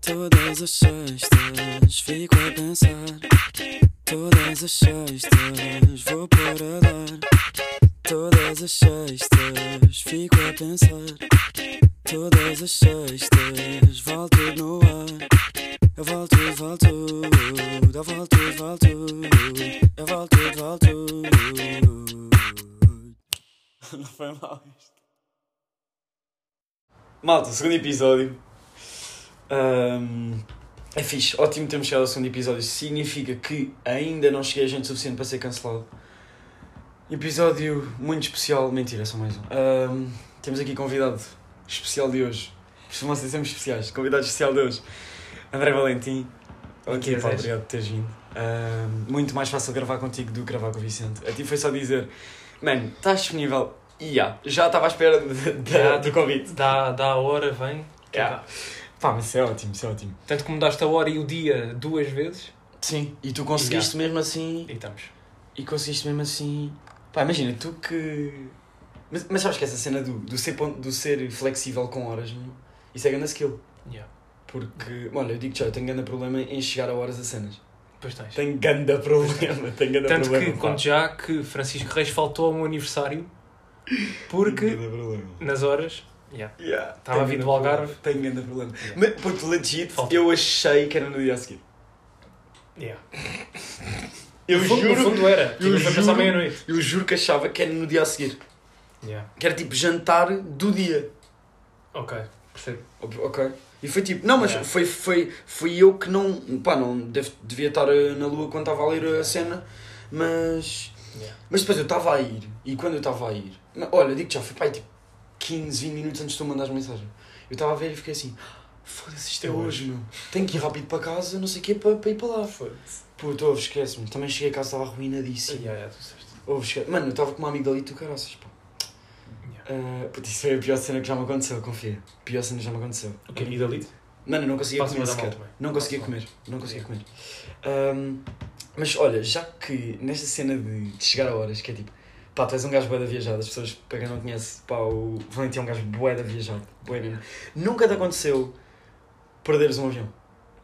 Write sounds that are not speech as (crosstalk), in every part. Todas as sextas fico a pensar. Todas as sextas vou para dar. Todas as sextas fico a pensar. Todas as sextas volto no ar. Eu volto, volto, eu volto, volto, eu volto, volto. (laughs) Não foi mal isto. Malta, segundo episódio. Ahm, é fixe, ótimo termos chegado ao segundo episódio. Significa que ainda não cheguei a gente suficiente para ser cancelado. Episódio muito especial. Mentira, é só mais um. Ahm, temos aqui convidado especial de hoje. Costumam ser sempre especiais. Convidado especial de hoje. André Valentim. Aqui, Mentira, pá, Zé. obrigado por teres vindo. Ahm, muito mais fácil gravar contigo do que gravar com o Vicente. A ti foi só dizer, mano, estás disponível? E há. já estava à espera de- de- Já, do convite. Dá, dá a hora, vem. Yeah. Pá, mas isso é ótimo, isso é ótimo. Tanto que mudaste a hora e o dia duas vezes Sim, e tu conseguiste mesmo assim. e estamos. E conseguiste mesmo assim. Pá, imagina, tu que. Mas, mas sabes que essa cena do, do, ser, pon- do ser flexível com horas, não? isso é grande skill. Yeah. Porque, olha, eu digo já, eu tenho grande problema em chegar a horas a cenas. Depois tens. Tenho grande problema, tenho grande Tanto problema. que, pá. quando já que Francisco Reis faltou ao meu aniversário, Tenho (coughs) porque grande problema. nas horas. Yeah. Yeah, Estava tenho a vir grande do Algarve. problema, Tenho grande problema. Yeah. Mas, porque legit, Falta. eu achei que era no dia a seguir. Yeah. Eu no fundo, no juro, fundo era. eu Tinha para passar juro. meia-noite. eu juro que achava que era no dia a seguir. Yeah. Que era tipo jantar do dia. Ok, percebo. Ok. E foi tipo, não, mas Yeah. foi, foi, foi eu que não. Pá, não deve, devia estar eh, na lua quando estava a ler a cena, mas. Yeah. Mas depois eu estava a ir, e quando eu estava a ir. na- Olha, digo já, foi pá, aí, tipo 15, 20 minutos antes de tu mandares mensagem. Eu estava a ver e fiquei assim, foda-se, isto é É hoje, meu. Tenho que ir rápido para casa, não sei o quê, para, para ir para lá. Foda-se. Puto, ouve, esquece-me. Também cheguei a casa, estava arruinadíssimo. Yeah, yeah, tu disseste. Ouve, esquece Mano, eu estava com uma amiga ali, tu caraças, pá. Yeah. Ah, puto, isso foi a pior cena que já me aconteceu, confia. Pior cena que já me aconteceu. O que é vida ali? Mano, eu não conseguia Passa-me comer a dar mal sequer. também. Não conseguia Passa-me comer. Não conseguia Sim. comer. Ahm, mas olha, já que nesta cena de, de chegar a horas, que é tipo, pá, tu és um gajo bué da viajado, as pessoas, para quem não conhece, pá, o Valentim é um gajo bué da viajado. Bué mesmo. Nunca te aconteceu perderes um avião.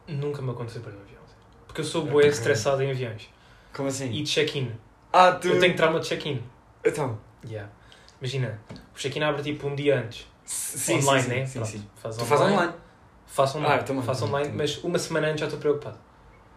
Nunca me aconteceu para no avião. Zé. Porque eu sou Ok. boé estressado em aviões. Como assim? E de check-in. Ah, tu. Eu tenho trauma de check-in. Então, Yeah. Imagina, o check-in abre tipo um dia antes. s- sim, online, sim, né? Sim, Pronto, sim. Faz Tu faz online. Faço online. Ah, também, faço também, online, também. mas uma semana antes já estou preocupado.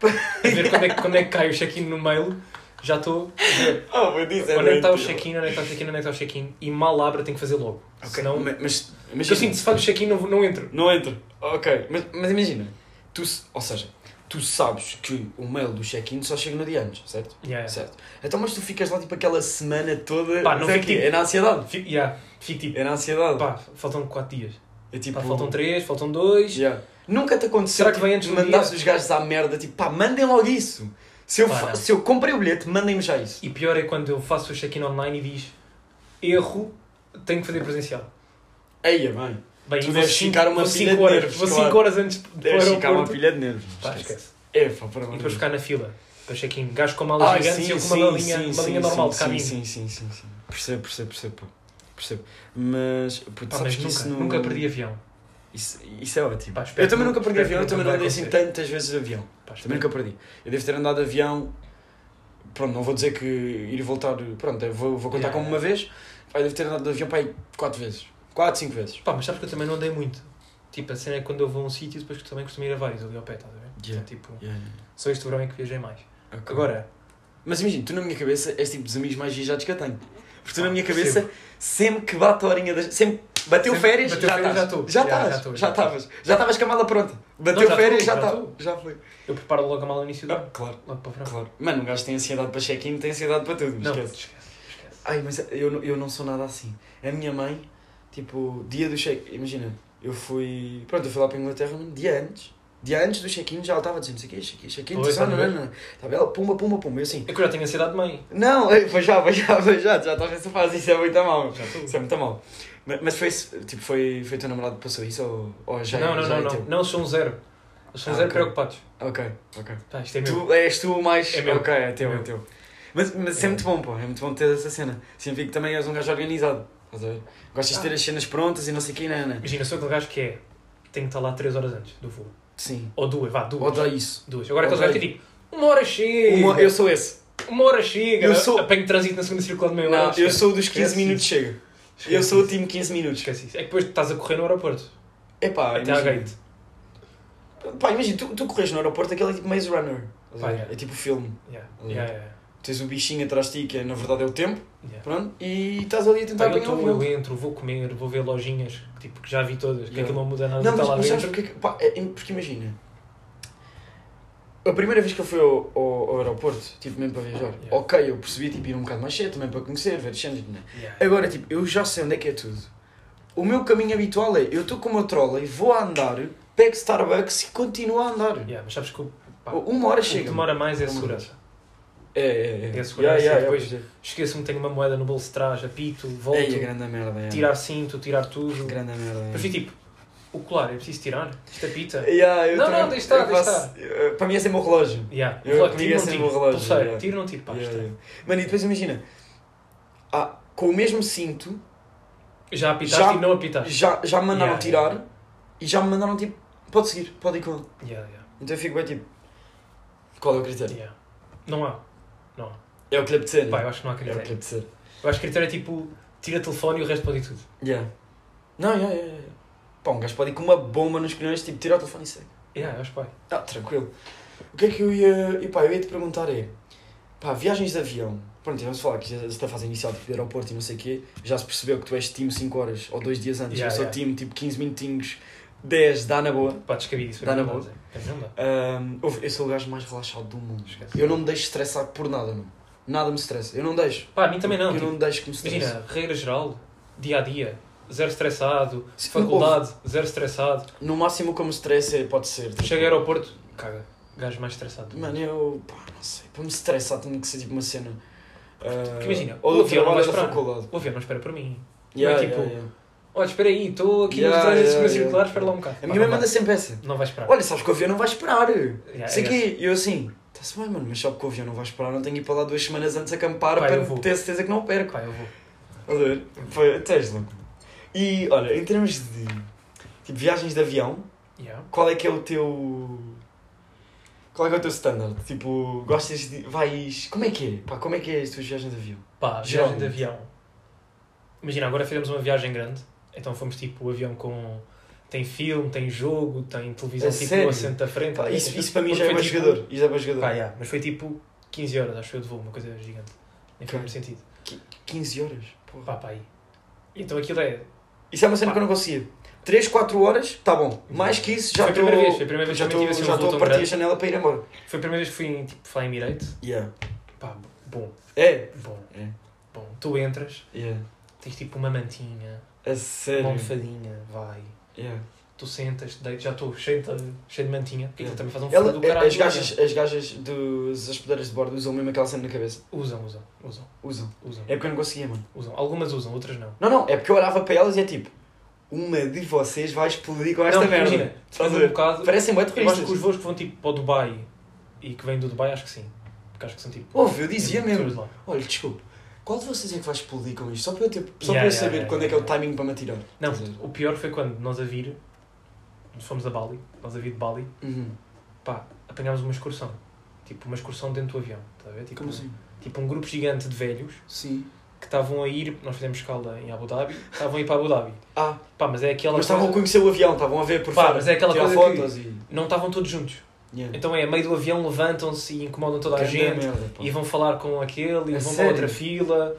A ver quando é, que- quando é que cai o check-in no mail, já estou. (laughs) Oh, vou dizer. Onde é que está o mentira. check-in, onde é que está o check-in, onde é que está o check-in. E mal abre, tenho que fazer logo. Ok, Senão. ma- mas. Mas mas eu sinto, se faz o check-in, não, não entro. Não entro. Ok, mas, mas imagina, tu, se- ou seja, tu sabes que o mail do check-in só chega no dia antes, certo? Yeah, yeah. Certo. Então, mas tu ficas lá tipo aquela semana toda. É. Pá, não Mas é, fico, que tipo- é na ansiedade. Fico, yeah, fico tipo. É na ansiedade. Pá, faltam 4 dias. é tipo. Pá, faltam 3, faltam 2. já. Nunca te aconteceu tipo, Será que vem antes do mandares dia? os gajos à merda, tipo, pá, mandem logo isso. Se eu, Pá, fa- não. se eu comprei o bilhete, mandem-me já isso. E pior é quando eu faço o check-in online e diz erro, tenho que fazer presencial. Aí, mãe. Bem, Tu vou deves cinco- ficar uma vou pilha cinco de horas, nervos, Vou claro. 5 horas antes do Deves ficar uma aeroporto. pilha de nervos. Pá, esquece. É, pá, para E depois ficar na fila. Para check-in. Gajo com Ah, malas gigantes e eu com Ah, uma linha, uma linha normal de caminho. Sim, sim, sim, sim. Percebo, percebo, percebo. pá. Percebo. Mas, putz, Pá, sabes Ah, mas que nunca, isso não... nunca perdi avião. Isso, isso é ótimo. Pá, espero eu também que- nunca perdi espero avião, eu que também não nunca andei vai assim acontecer. tantas vezes de avião. Pá, espero- Também nunca perdi. Eu devo ter andado de avião. Pronto, não vou dizer que ir e voltar. Pronto, eu vou, vou contar Yeah. como uma vez. Pá, eu devo ter andado de avião para aí 4 vezes. 4, 5 vezes. Pá, mas sabes que eu também não andei muito. Tipo, a cena é que quando eu vou a um sítio, depois também costumo ir a vários ali ao pé, estás a ver? Yeah. Então, tipo, só este verão é que viajei mais. Ok. Agora, Mas imagina, tu na minha cabeça és tipo dos amigos mais viajados que eu tenho. Porque tu na Ah, minha percebo. cabeça, sempre que bate a horinha das. Sempre bateu Sempre férias, bateu já férias, estás. já estou. Já Já, já estou, estás. Já já estou. estavas. Já estavas com a mala pronta. Bateu já estou, férias, já já está. estou. Já foi. eu preparo logo a mala no início do Ah, ano. claro, Logo para o verão. claro. Mano, um gajo tem ansiedade para check-in, tem ansiedade para tudo. Não, esquece. esquece, esquece. Ai, mas eu, não- eu não sou nada assim. A minha mãe, tipo, dia do check imagina, eu fui. Pronto, eu fui lá para a Inglaterra um dia antes. Dia antes do check-in já ela estava dizendo, sei o quê, check-in, check-in, Pois, disse, ah, não, tá não, bem. não, não. Estava ela, pumba, pumba, pumba. Eu assim, É que eu já tenho ansiedade de mãe. não, ei, foi já, foi já, foi já, já estás nessa fase, isso é muito mal. Já estou. Isso é muito mal. Mas, mas foi, esse- tipo, foi, foi teu namorado que passou isso ou, ou já não, não, já não, é não. teu? Não, eles são zero. Eles são Ah, zero ok. preocupados. Ok, ok. Pá, isto é meu. Tu és tu o mais. É meu. Ok, é teu, É é, meu. teu. Mas, mas é, É muito bom, pô, é muito bom ter essa cena. Significa que também és um gajo organizado. Estás a ver? Ah. Gostas de ter as cenas prontas e não sei o né, que, não, não. Imagina, sou aquele gajo que é. Tenho que estar lá 3 horas antes do voo. Sim. Ou duas, vá, duas. Odeio isso. Duas. Agora aqueles Odeio. gajos que é tipo, uma hora chega. Uma- eu sou esse. Uma hora chega. Eu sou- Apanho trânsito na segunda circular de meio Não, lado. eu sou dos 15 Esquece minutos, isso. chega. Esquece Eu sou o tipo- isso. time 15 minutos. Esquece isso. É que depois estás a correr no aeroporto. Epá, até à Ah, imagina. gate. Pá, imagina, tu, tu corres no aeroporto, aquele é tipo Maze Runner. Pá, yeah. É tipo filme. Yeah. Hum. Yeah, yeah, Tens o bichinho atrás de ti, que é, na verdade é o tempo, yeah. pronto, e estás ali a tentar Pá, eu apanhar um o estou, voo. eu entro, vou comer, vou ver lojinhas, que, tipo, que já vi todas, que Yeah. aquilo não muda nada, Não, está mas, tá lá mas sabes dentro. porque, pá, é- é- porque imagina. A primeira vez que eu fui ao, ao- ao aeroporto, tipo, mesmo para viajar, Yeah. ok, eu percebi, tipo, ir um bocado mais cedo, também para conhecer, ver cenas, né? Yeah. Agora, tipo, eu já sei onde é que é tudo. O meu caminho habitual é, eu estou com o meu trolley, vou a andar, pego Starbucks e continuo a andar. Yeah, mas sabes que o pá, o Uma hora que chega. demora mais é a Uma- segurança. É, é, é. É a segurança, Yeah, yeah, e depois- yeah, pois Esqueço-me, tenho uma moeda no bolso de trás, apito, volto, é. Ei, a grande merda, é. tirar cinto, tirar tudo. Grande merda. é. Mas fui tipo, o colar, é preciso tirar? Isto apita? Yeah, eu Não, também- não, deixa estar, eu deixa faço- eh, Para mim é sempre o relógio. Yeah. Eu Relógio, comigo tiro, é não sempre tiro. o relógio, Pulseira, yeah. tiro, não tiro. Pá, Yeah, isto é- yeah. Mano, e depois imagina, ah, com o mesmo cinto, Já apitaste Já- e não apitaste. já, já me mandaram Yeah, tirar yeah. e já me mandaram tipo, pode seguir, pode ir com ele. Yeah, yeah, Então eu fico bem tipo, qual é o critério? yeah. Não há. Não há. É o que lhe apetecer. Pá, né? eu acho que não há É o que lhe critério. apetecer. Eu acho que critério é tipo, tira telefone e o resto pode ir tudo. Yeah. Não, yeah, yeah, yeah. Pá, um gajo pode ir com uma bomba nos canhões, tipo, tirar o telefone e segue. Yeah, eu acho pai. Ah, tranquilo. O que é que eu ia. E pá, eu ia te perguntar é. Pá, viagens de avião. Pronto, vamos falar que esta fase inicial, tipo, de aeroporto e não sei o quê, já se percebeu que tu és time 5 horas ou 2 dias antes. Yeah, eu sou yeah. time tipo 15 minutinhos, 10, dá na boa. Pá, descabido isso. Dá não na boa. dá, Zé. Não dá. Ahm, ouve, eu sou o gajo mais relaxado do mundo. Esquece. Eu não me deixo estressar por nada, meu. Nada me estressa. Eu não deixo. Pá, a mim também não. Eu tipo, não me deixo que me estresse. Imagina, regra geral, dia a dia, (laughs) zero estressado, Se- faculdade, zero estressado. ouve, no máximo como estresse é- pode ser. tipo, Chega ao aeroporto, caga, gajo mais estressado. Mano, eu. pá, não sei. Para me estressar tem que ser tipo uma cena. ah, Porque imagina, ou o do avião não trabalho ou vais da parar. faculdade. O avião não espera por mim. Yeah, tipo, yeah, yeah. Olha, espera aí, estou aqui Yeah, nos trânsitos yeah, yeah, yeah. circular, espera lá um bocado. A Pá, minha mãe não manda vai- sempre essa. Não vais esperar. Olha, sabes que o avião não vai esperar. Yeah, Sei é que eu assim, está-se bem, mano, mas sabe que o avião não vai esperar, não tenho que ir para lá duas semanas antes acampar Pá, eu para vou. ter certeza que não perco. Pá, eu vou. A ver, foi Tesla. E olha, em termos de tipo, viagens de avião, Yeah. qual é que é o teu. Qual é que é o teu standard? Tipo, gostas de. vais. Como é que é? Pá, como é que é as tuas viagens de avião? Pá, viagem Geralmente. de avião. Imagina, agora fizemos uma viagem grande, então fomos tipo o avião com. Tem filme, tem jogo, tem televisão A tipo sério? no assento da frente. Pá, Tem isso, tudo. isso para mim Porque já é foi, para tipo, jogador. Isso é para jogador. Pá, yeah, mas foi tipo 15 horas, acho eu, de voo, uma coisa gigante. Nem Ok. faz muito sentido. 15 horas. Porra. Pá, pá, aí. Então aquilo é. Isso é uma cena que eu não conseguia. 3, 4 horas, tá bom. Mais que isso, já Foi a estou. primeira vez, foi a primeira vez que já também tive assim um já voo estou a tão partir a grande. janela para ir embora. Foi a primeira vez que fui em tipo Fly Emirate. Yeah. Pá, bom, É? bom, É. bom. Tu entras, Yeah. tens tipo uma mantinha, A uma sério. almofadinha, vai. Yeah. tu Tu sentas, deitas, já estou cheio de, cheio de mantinha, porque aquilo também faz um frio É. Ela, do caralho. as, gajas, as gajas dos hospedeiras de bordo usam mesmo aquela cena na cabeça. é? Usam, usam, usam, Usam. usam, É porque eu não conseguia, mano. usam. Algumas usam, outras não. Não, não, é porque eu olhava para elas e é tipo, uma de vocês vai explodir com esta não, merda. imagina, Estás depende a um ver? bocado. Parecem bem Eu acho que os terroristas. voos que vão tipo para o Dubai e que vêm do Dubai, acho que sim. Porque acho que são tipo. Ouve, eu dizia pessoas mesmo. lá. Olha, desculpe, qual de vocês é que vai explodir com isto? Só para eu, ter, só Yeah, para eu yeah, saber yeah, quando é que é o yeah. timing para me atirar. Não, Estás a ver? o pior foi quando nós a vir, quando fomos a Bali, nós a vir de Bali, Uhum. pá, apanhámos uma excursão. Tipo, uma excursão dentro do avião, tá a ver? Tipo, Como assim? tipo um grupo gigante de velhos Sim. que estavam a ir, nós fizemos escala em Abu Dhabi, estavam a ir para Abu Dhabi. Ah, Pá, mas é aquela mas coisa- estavam a conhecer o avião, estavam a ver por Pá, fora. mas é aquela tirar coisa que- fotos e... Não estavam todos juntos. Yeah. Então é, a meio do avião levantam-se e incomodam toda a Grande gente. merda, pá. e vão falar com aquele, e A vão sério? para outra fila,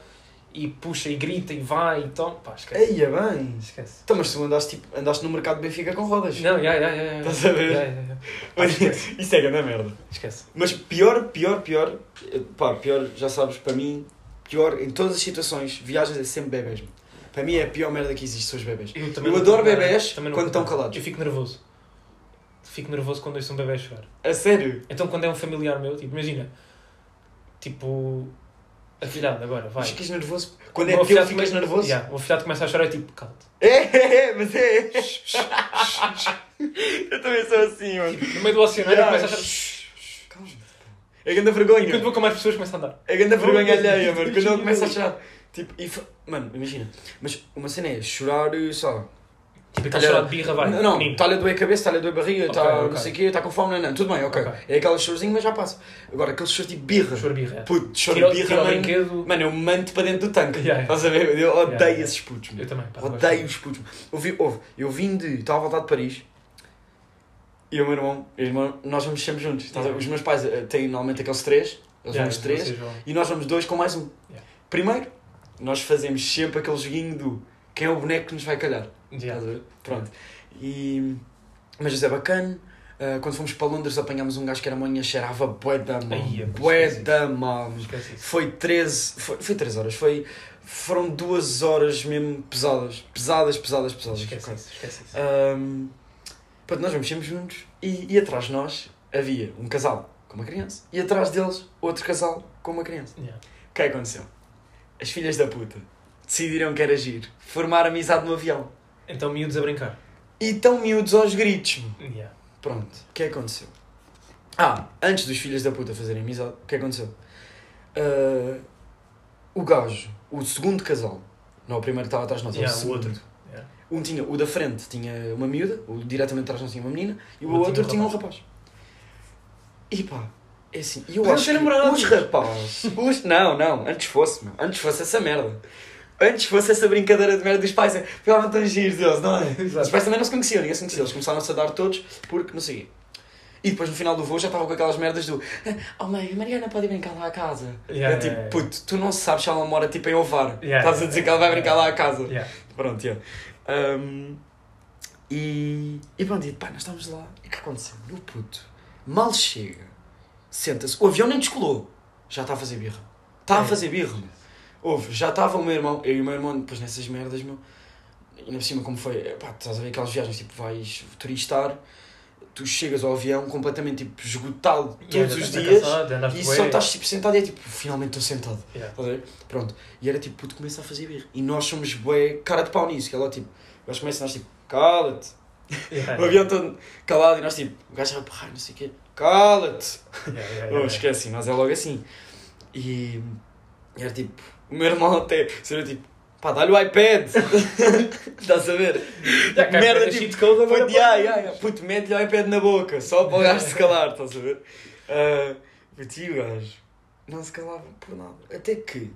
e puxa, e grita, e vai, e toma. Pá, esquece. Eia, bem. Esquece. Então, mas tu andaste, tipo, andaste no mercado de Benfica com rodas. (laughs) Não, já, já, já. Estás a ver? Já, já, já. Pá, Mas- esquece. Isso é grande merda. esquece. Mas pior, pior, pior, eh, pá, pior, já sabes, para mim, pior em todas as situações, viagens é sempre bebés. meu. Para mim é a pior merda que existe, são os bebés. Eu, Eu não- adoro bebés também não quando concordo. estão calados. Eu fico nervoso. Fico nervoso quando ouço um bebê chorar. A sério? Então quando é um familiar meu, tipo, imagina, tipo, afilhado agora, vai. Ficas nervoso? Quando O é meu teu, afilhado ficas começa- nervoso? Yeah, o afilhado começa a chorar, é tipo, cala-te. É, é, é, mas é. (laughs) Eu também sou assim, mano. No meio do oceano, Yeah. começa a chorar. Calma. É grande E quando vergonha. vou com mais pessoas, começa a andar. É grande Vou- vergonha vou- alheia, mano. vou- Quando ele vou- começa a chorar. Tipo, e fa- Mano, imagina. Mas uma cena é chorar, eh, sei lá, Tipo, aquele Talher- chorado de birra, vai. Não, não, menino. está-lhe a doer a cabeça, está-lhe a doer a barriga, está ok. não sei o quê, está com fome, não, não, tudo bem, ok. Ok. É aquele chorzinho, mas já passa. Agora, aquele choro tipo birra. Choro de birra. é. Puto, choro Tira, de birra, tira o mano. brinquedo. Mano, eu manto para dentro do tanque. Yeah, yeah. Estás a ver? Eu odeio Yeah, yeah. esses putos, meu. Eu também, pá. Odeio os putos. Eu, vi, ouve, eu vim de. Estava a voltar de Paris. E o meu irmão, e o irmão nós vamos sempre juntos. estás a ver? Os meus pais eh, têm normalmente aqueles três. Eles vão Yeah, os três. vocês vão. E nós vamos dois com mais um. Yeah. Primeiro, nós fazemos sempre aquele joguinho do quem é o boneco que nos vai calhar. Estás Yeah. a ver? Pronto. E... Mas isso é bacana. Ah, quando fomos para Londres apanhámos um gajo que era manhã, cheirava bué da mal. Ai, é, pois, Bué esquece da mal. Esquece isso. Foi 13... Foi, foi 13 horas. Foi... Foram duas horas mesmo pesadas. Pesadas, pesadas, pesadas. Esquece Pronto. isso. Esquece isso. Ah. Ahm, pronto, nós mexemos juntos e, e atrás de nós havia um casal com uma criança e atrás deles outro casal com uma criança. Uh, Yeah. O que é que aconteceu? As filhas da puta decidiram que era giro formar amizade no avião. Então, miúdos a brincar. E tão miúdos aos gritos. meu. Yeah. Pronto, o que é que aconteceu? Ah, antes dos filhos da puta fazerem amizade, o que é que aconteceu? Ah, o gajo, o segundo casal, não o primeiro que estava atrás de nós, é Yeah, o o segundo. outro. Yeah. Um tinha, o da frente tinha uma miúda, o diretamente atrás de nós tinha uma menina, e o, O outro outro tinha tinha um um rapaz. E pá, é assim, eu Podiam acho ser que namorados. os (laughs) rapazes, os, não, não, antes fosse, meu, antes fosse essa merda. Antes fosse essa brincadeira de merda dos pais, é, ficavam tão giros eles, não é? (laughs) Exato. Os pais também não se conheciam, ninguém se conhecia, eles começaram-se a dar todos, porque não sei o quê. E depois no final do voo já estavam com aquelas merdas do Oh mãe, a Mariana pode ir brincar lá à casa. Yeah, é tipo, yeah, yeah. puto, tu não sabes se ela mora tipo em Ovar. Yeah, Estás a yeah, dizer yeah, que ela vai yeah. brincar lá à casa. Yeah. Pronto, yeah. Um, e, e pronto, e pá, nós estávamos lá. E o que aconteceu? E o puto mal chega, senta-se. O avião nem descolou. Já está a fazer birra. Está a É. fazer birra. meu. Houve, já estava o meu irmão, eu e o meu irmão, depois nessas merdas, meu. E ainda por cima, como foi, eh, pá, estás a ver aquelas viagens, tipo, vais turistar, tu chegas ao avião completamente, tipo, esgotado todos Yeah, os tá dias. cansado, andaste E bué. só estás tipo sentado e é tipo, finalmente estou sentado. Yeah. Estás a ver? Pronto. E era tipo, puto, começa a fazer birra. E nós somos bué cara de pau nisso, que é lá tipo, o gajo começa e nós tipo, cala-te. Yeah. O avião todo calado e nós tipo, o gajo vai porrar, não sei o quê, cala-te. Yeah, yeah, yeah, Não, yeah. esquece, nós é logo assim. E e era tipo, o meu irmão até seria tipo, pá, dá-lhe o iPad. (laughs) Estás a ver? Já cá, Merda, a tipo, cheat code agora, Puto, yeah, pá. yeah, yeah. puto mete-lhe o iPad na boca, só para o gajo se calar, estás a ver? Ah, puto, e o gajo não se calava por nada. Até que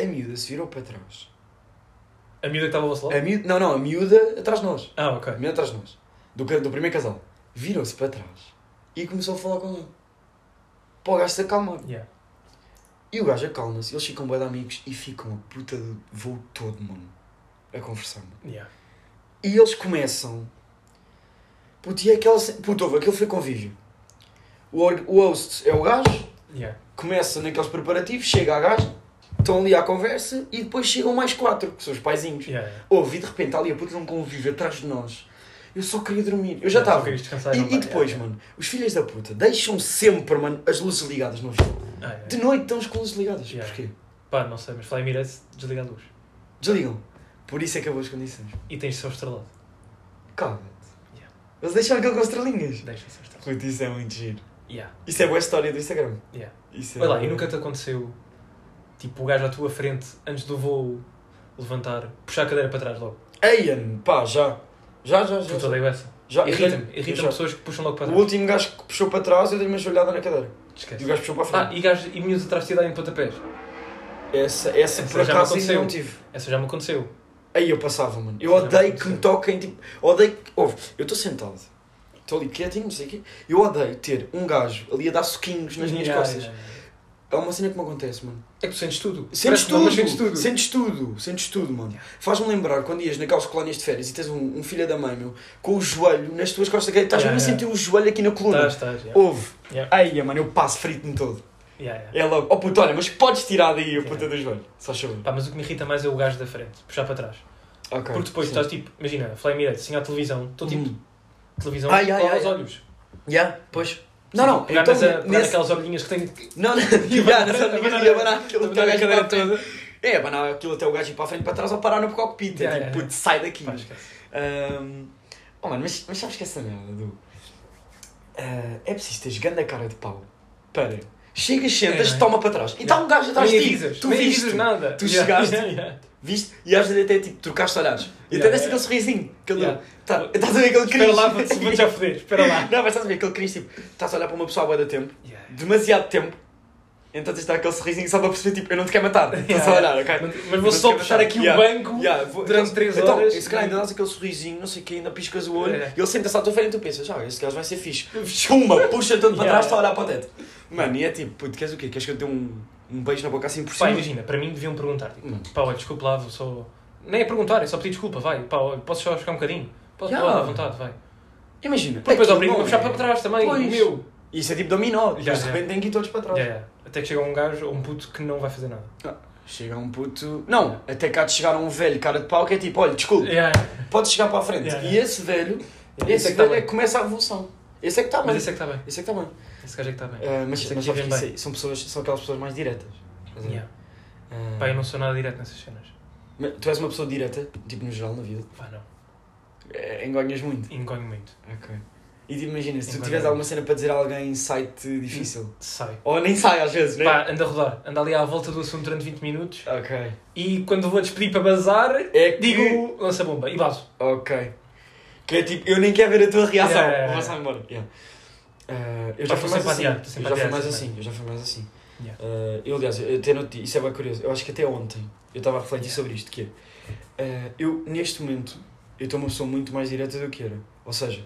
a miúda se virou para trás. A miúda que estava ao vosso A lado? miúda, não, não, a miúda atrás de nós. Ah, A ok. miúda atrás de nós. Do, ca- do primeiro casal. Virou-se para trás e começou a falar com ele. Para o gajo se acalmar. Yeah. E o gajo acalma-se, eles ficam bué de amigos e ficam a puta do voo todo, mano. A conversar, mano. Yeah. E eles começam. Puto, e é aquela. ce- Puto, houve, aquilo foi convívio. O, or- o host é o gajo, Yeah. começa naqueles preparativos, chega a gajo, estão ali à conversa e depois chegam mais quatro, que são os paizinhos. Yeah, yeah. Ouve, e de repente está ali a puta de um convívio atrás de nós. Eu só queria dormir. Eu já Yeah, só estava. querias descansar e não E, e vai, depois, yeah, mano, os filhos da puta deixam sempre, mano, as luzes ligadas no avião. yeah. Ah, yeah. De noite estão com as luzes ligadas. Yeah. Porquê? Pá, não sei, mas Fly Emirates desliga a luz. Desligam. Por isso é que acabou as condições. E tens de ser estrelado. Cala-te. Yeah. Eles deixaram aquilo com estrelinhas. Deixa de ser estrelado. Puto, isso é muito giro. Yeah. Isso é boa história do Instagram. Yeah. Isso é Olha lá, e nunca te aconteceu, tipo, o gajo à tua frente, antes do voo levantar, puxar a cadeira para trás logo? Eian, pá, já. Já, já, já. Puta, já. odeio essa. já. Irrita-me. Irrita-me Eu já. pessoas que puxam logo para Ah, O trás. último gajo que puxou para trás, eu dei uma joelhada na cadeira. E o Esquece. gajo puxou para a Ah, frente. e gajos e miúdos atrás de ti a darem pontapés. Essa, essa, essa por já acaso me ainda não aconteceu. tive. Essa já me aconteceu. Aí eu passava, mano. Eu Já odeio que aconteceu. me toquem, tipo. Odeio que. Ouve, eu estou sentado. Estou ali quietinho, não sei o quê. Eu odeio ter um gajo ali a dar soquinhos nas minhas Yeah, costas. yeah, yeah. É uma cena que me acontece, mano. É que tu sentes tudo. Sentes Parece que não, tudo, mas sentes tudo, Sentes sentes tudo, mano. Yeah. Faz-me lembrar quando ias naquelas colónias de férias e tens um, um filho da mãe, meu, com o joelho nas tuas costas, que estás Yeah, mesmo a sentir yeah. o joelho aqui na tudo. coluna. Estás, estás. yeah. Ouve. Yeah. Ai, mano, eu passo frito-me todo. Yeah, yeah. É logo, oh puto, olha, mas podes tirar daí a Yeah. puta do joelho. Só chuva. Pá, mas o que me irrita mais é o gajo da frente, puxar para trás. Ok. Porque depois sim. estás tipo, imagina, Fly Emirates, tinha a televisão, estou tipo, Hum. televisão, Ai, ai, cola ai, os ai. olhos. Yeah, pois. Não, não, Pegar, então, nessa- pegar nesse... naquelas olhinhas que têm. Não, (laughs) (laughs) não, yeah, nessa ninguém ia abanar aquilo até o Abanar a gajo cadeira para a frente. É, abanar aquilo até o gajo ir para a frente para trás ou parar no cockpit. é Yeah, yeah, tipo, yeah. puto, sai daqui. Pá, esquece. Ahm, Oh, mano, mas, mas sabes que essa merda do. Ah, é preciso teres grande cara de pau para Chegas, sentas, É, não é? toma para trás. E está um gajo atrás nem de avisas, ti. Tu nem viste. avisas nada. Tu chegaste. (laughs) yeah. Viste? E às vezes até tipo, trocaste olhares. E Yeah, até desse yeah. aquele sorrisinho. Aquele... Yeah. Tá, estás a ver aquele cringe? Espera lá, vou-te (laughs) vou-te já foder. Espera lá. Não, mas estás a ver aquele cringe tipo, estás a olhar para uma pessoa há bué de tempo, Yeah. demasiado tempo, então tens de dar aquele sorrisinho só para perceber tipo, eu não te quero (laughs) matar. Estás a Yeah. olhar, ok? Mas, mas vou só puxar aqui o banco. durante três então, horas. Então, se calhar ainda dás aquele sorrisinho, não sei o que, ainda piscas o olho, É. e ele senta-se à tua frente e tu pensas, ah, esse gajo vai ser (laughs) fixe. Chuma, puxa tanto para trás, Yeah, yeah. está a olhar para o teto. Mano, e é tipo, puto, queres o quê? Queres que eu te dê um, um beijo na boca assim por Pá, cima? imagina, para mim deviam perguntar. Tipo, Hum. pá, olha, desculpa lá, vou só. Nem é perguntar, é só pedir desculpa, vai. Pá, olha, posso só chegar um bocadinho? Pode, Yeah. pode, à vontade, vai. Imagina. Porque depois aquilo ao primo não vou puxar é- para trás também, Pois. o meu. Isso é tipo dominó, Já, depois de já. repente tem que ir todos para trás. Yeah, yeah. Até que chega um gajo ou um puto que não vai fazer nada. Chega um puto. Não, até cá de chegar um velho cara de pau que é tipo, olha, desculpe, Yeah. pode chegar para a frente. Yeah, E esse velho, esse, Yeah, esse é que tá velho é bem. que começa a revolução. Esse é que está bem. Mas Esse esse é que está é bem. que está bem. Esse gajo é que está bem. Ah, mas Esse é que mas sabes que vem isso bem. aí são, pessoas, são aquelas pessoas mais diretas. Estás a ver? Yeah. Ah, Pá, eu não sou nada direto nessas cenas. mas Tu és uma pessoa direta, tipo no geral na vida. Pá, não. É, enganhas muito. Engonho muito. Ok. E tipo, imagina, se tu Enganhas tiveres muito. alguma cena para dizer a alguém site difícil. Sai. Ou nem sai às vezes, né? Pá, anda a rodar. Anda ali à volta do assunto durante 20 minutos. Ok. E quando vou despedir para bazar, É que... digo lança-bomba e bato. Ok. Que é tipo, eu nem quero ver a tua reação. Yeah, yeah, yeah. Vou passar embora. Yeah. Uh, eu Mas já tu fui mais sempre assim. a adiar, tu sempre eu já a fui adiar mais sempre. assim. Eu já fui mais assim. Yeah. Uh, eu, aliás, eu até no dia, isso é bem curioso. Eu acho que até ontem eu estava a refletir Yeah. sobre isto. Que é, uh, eu, neste momento, eu estou uma pessoa muito mais direta do que era. Ou seja,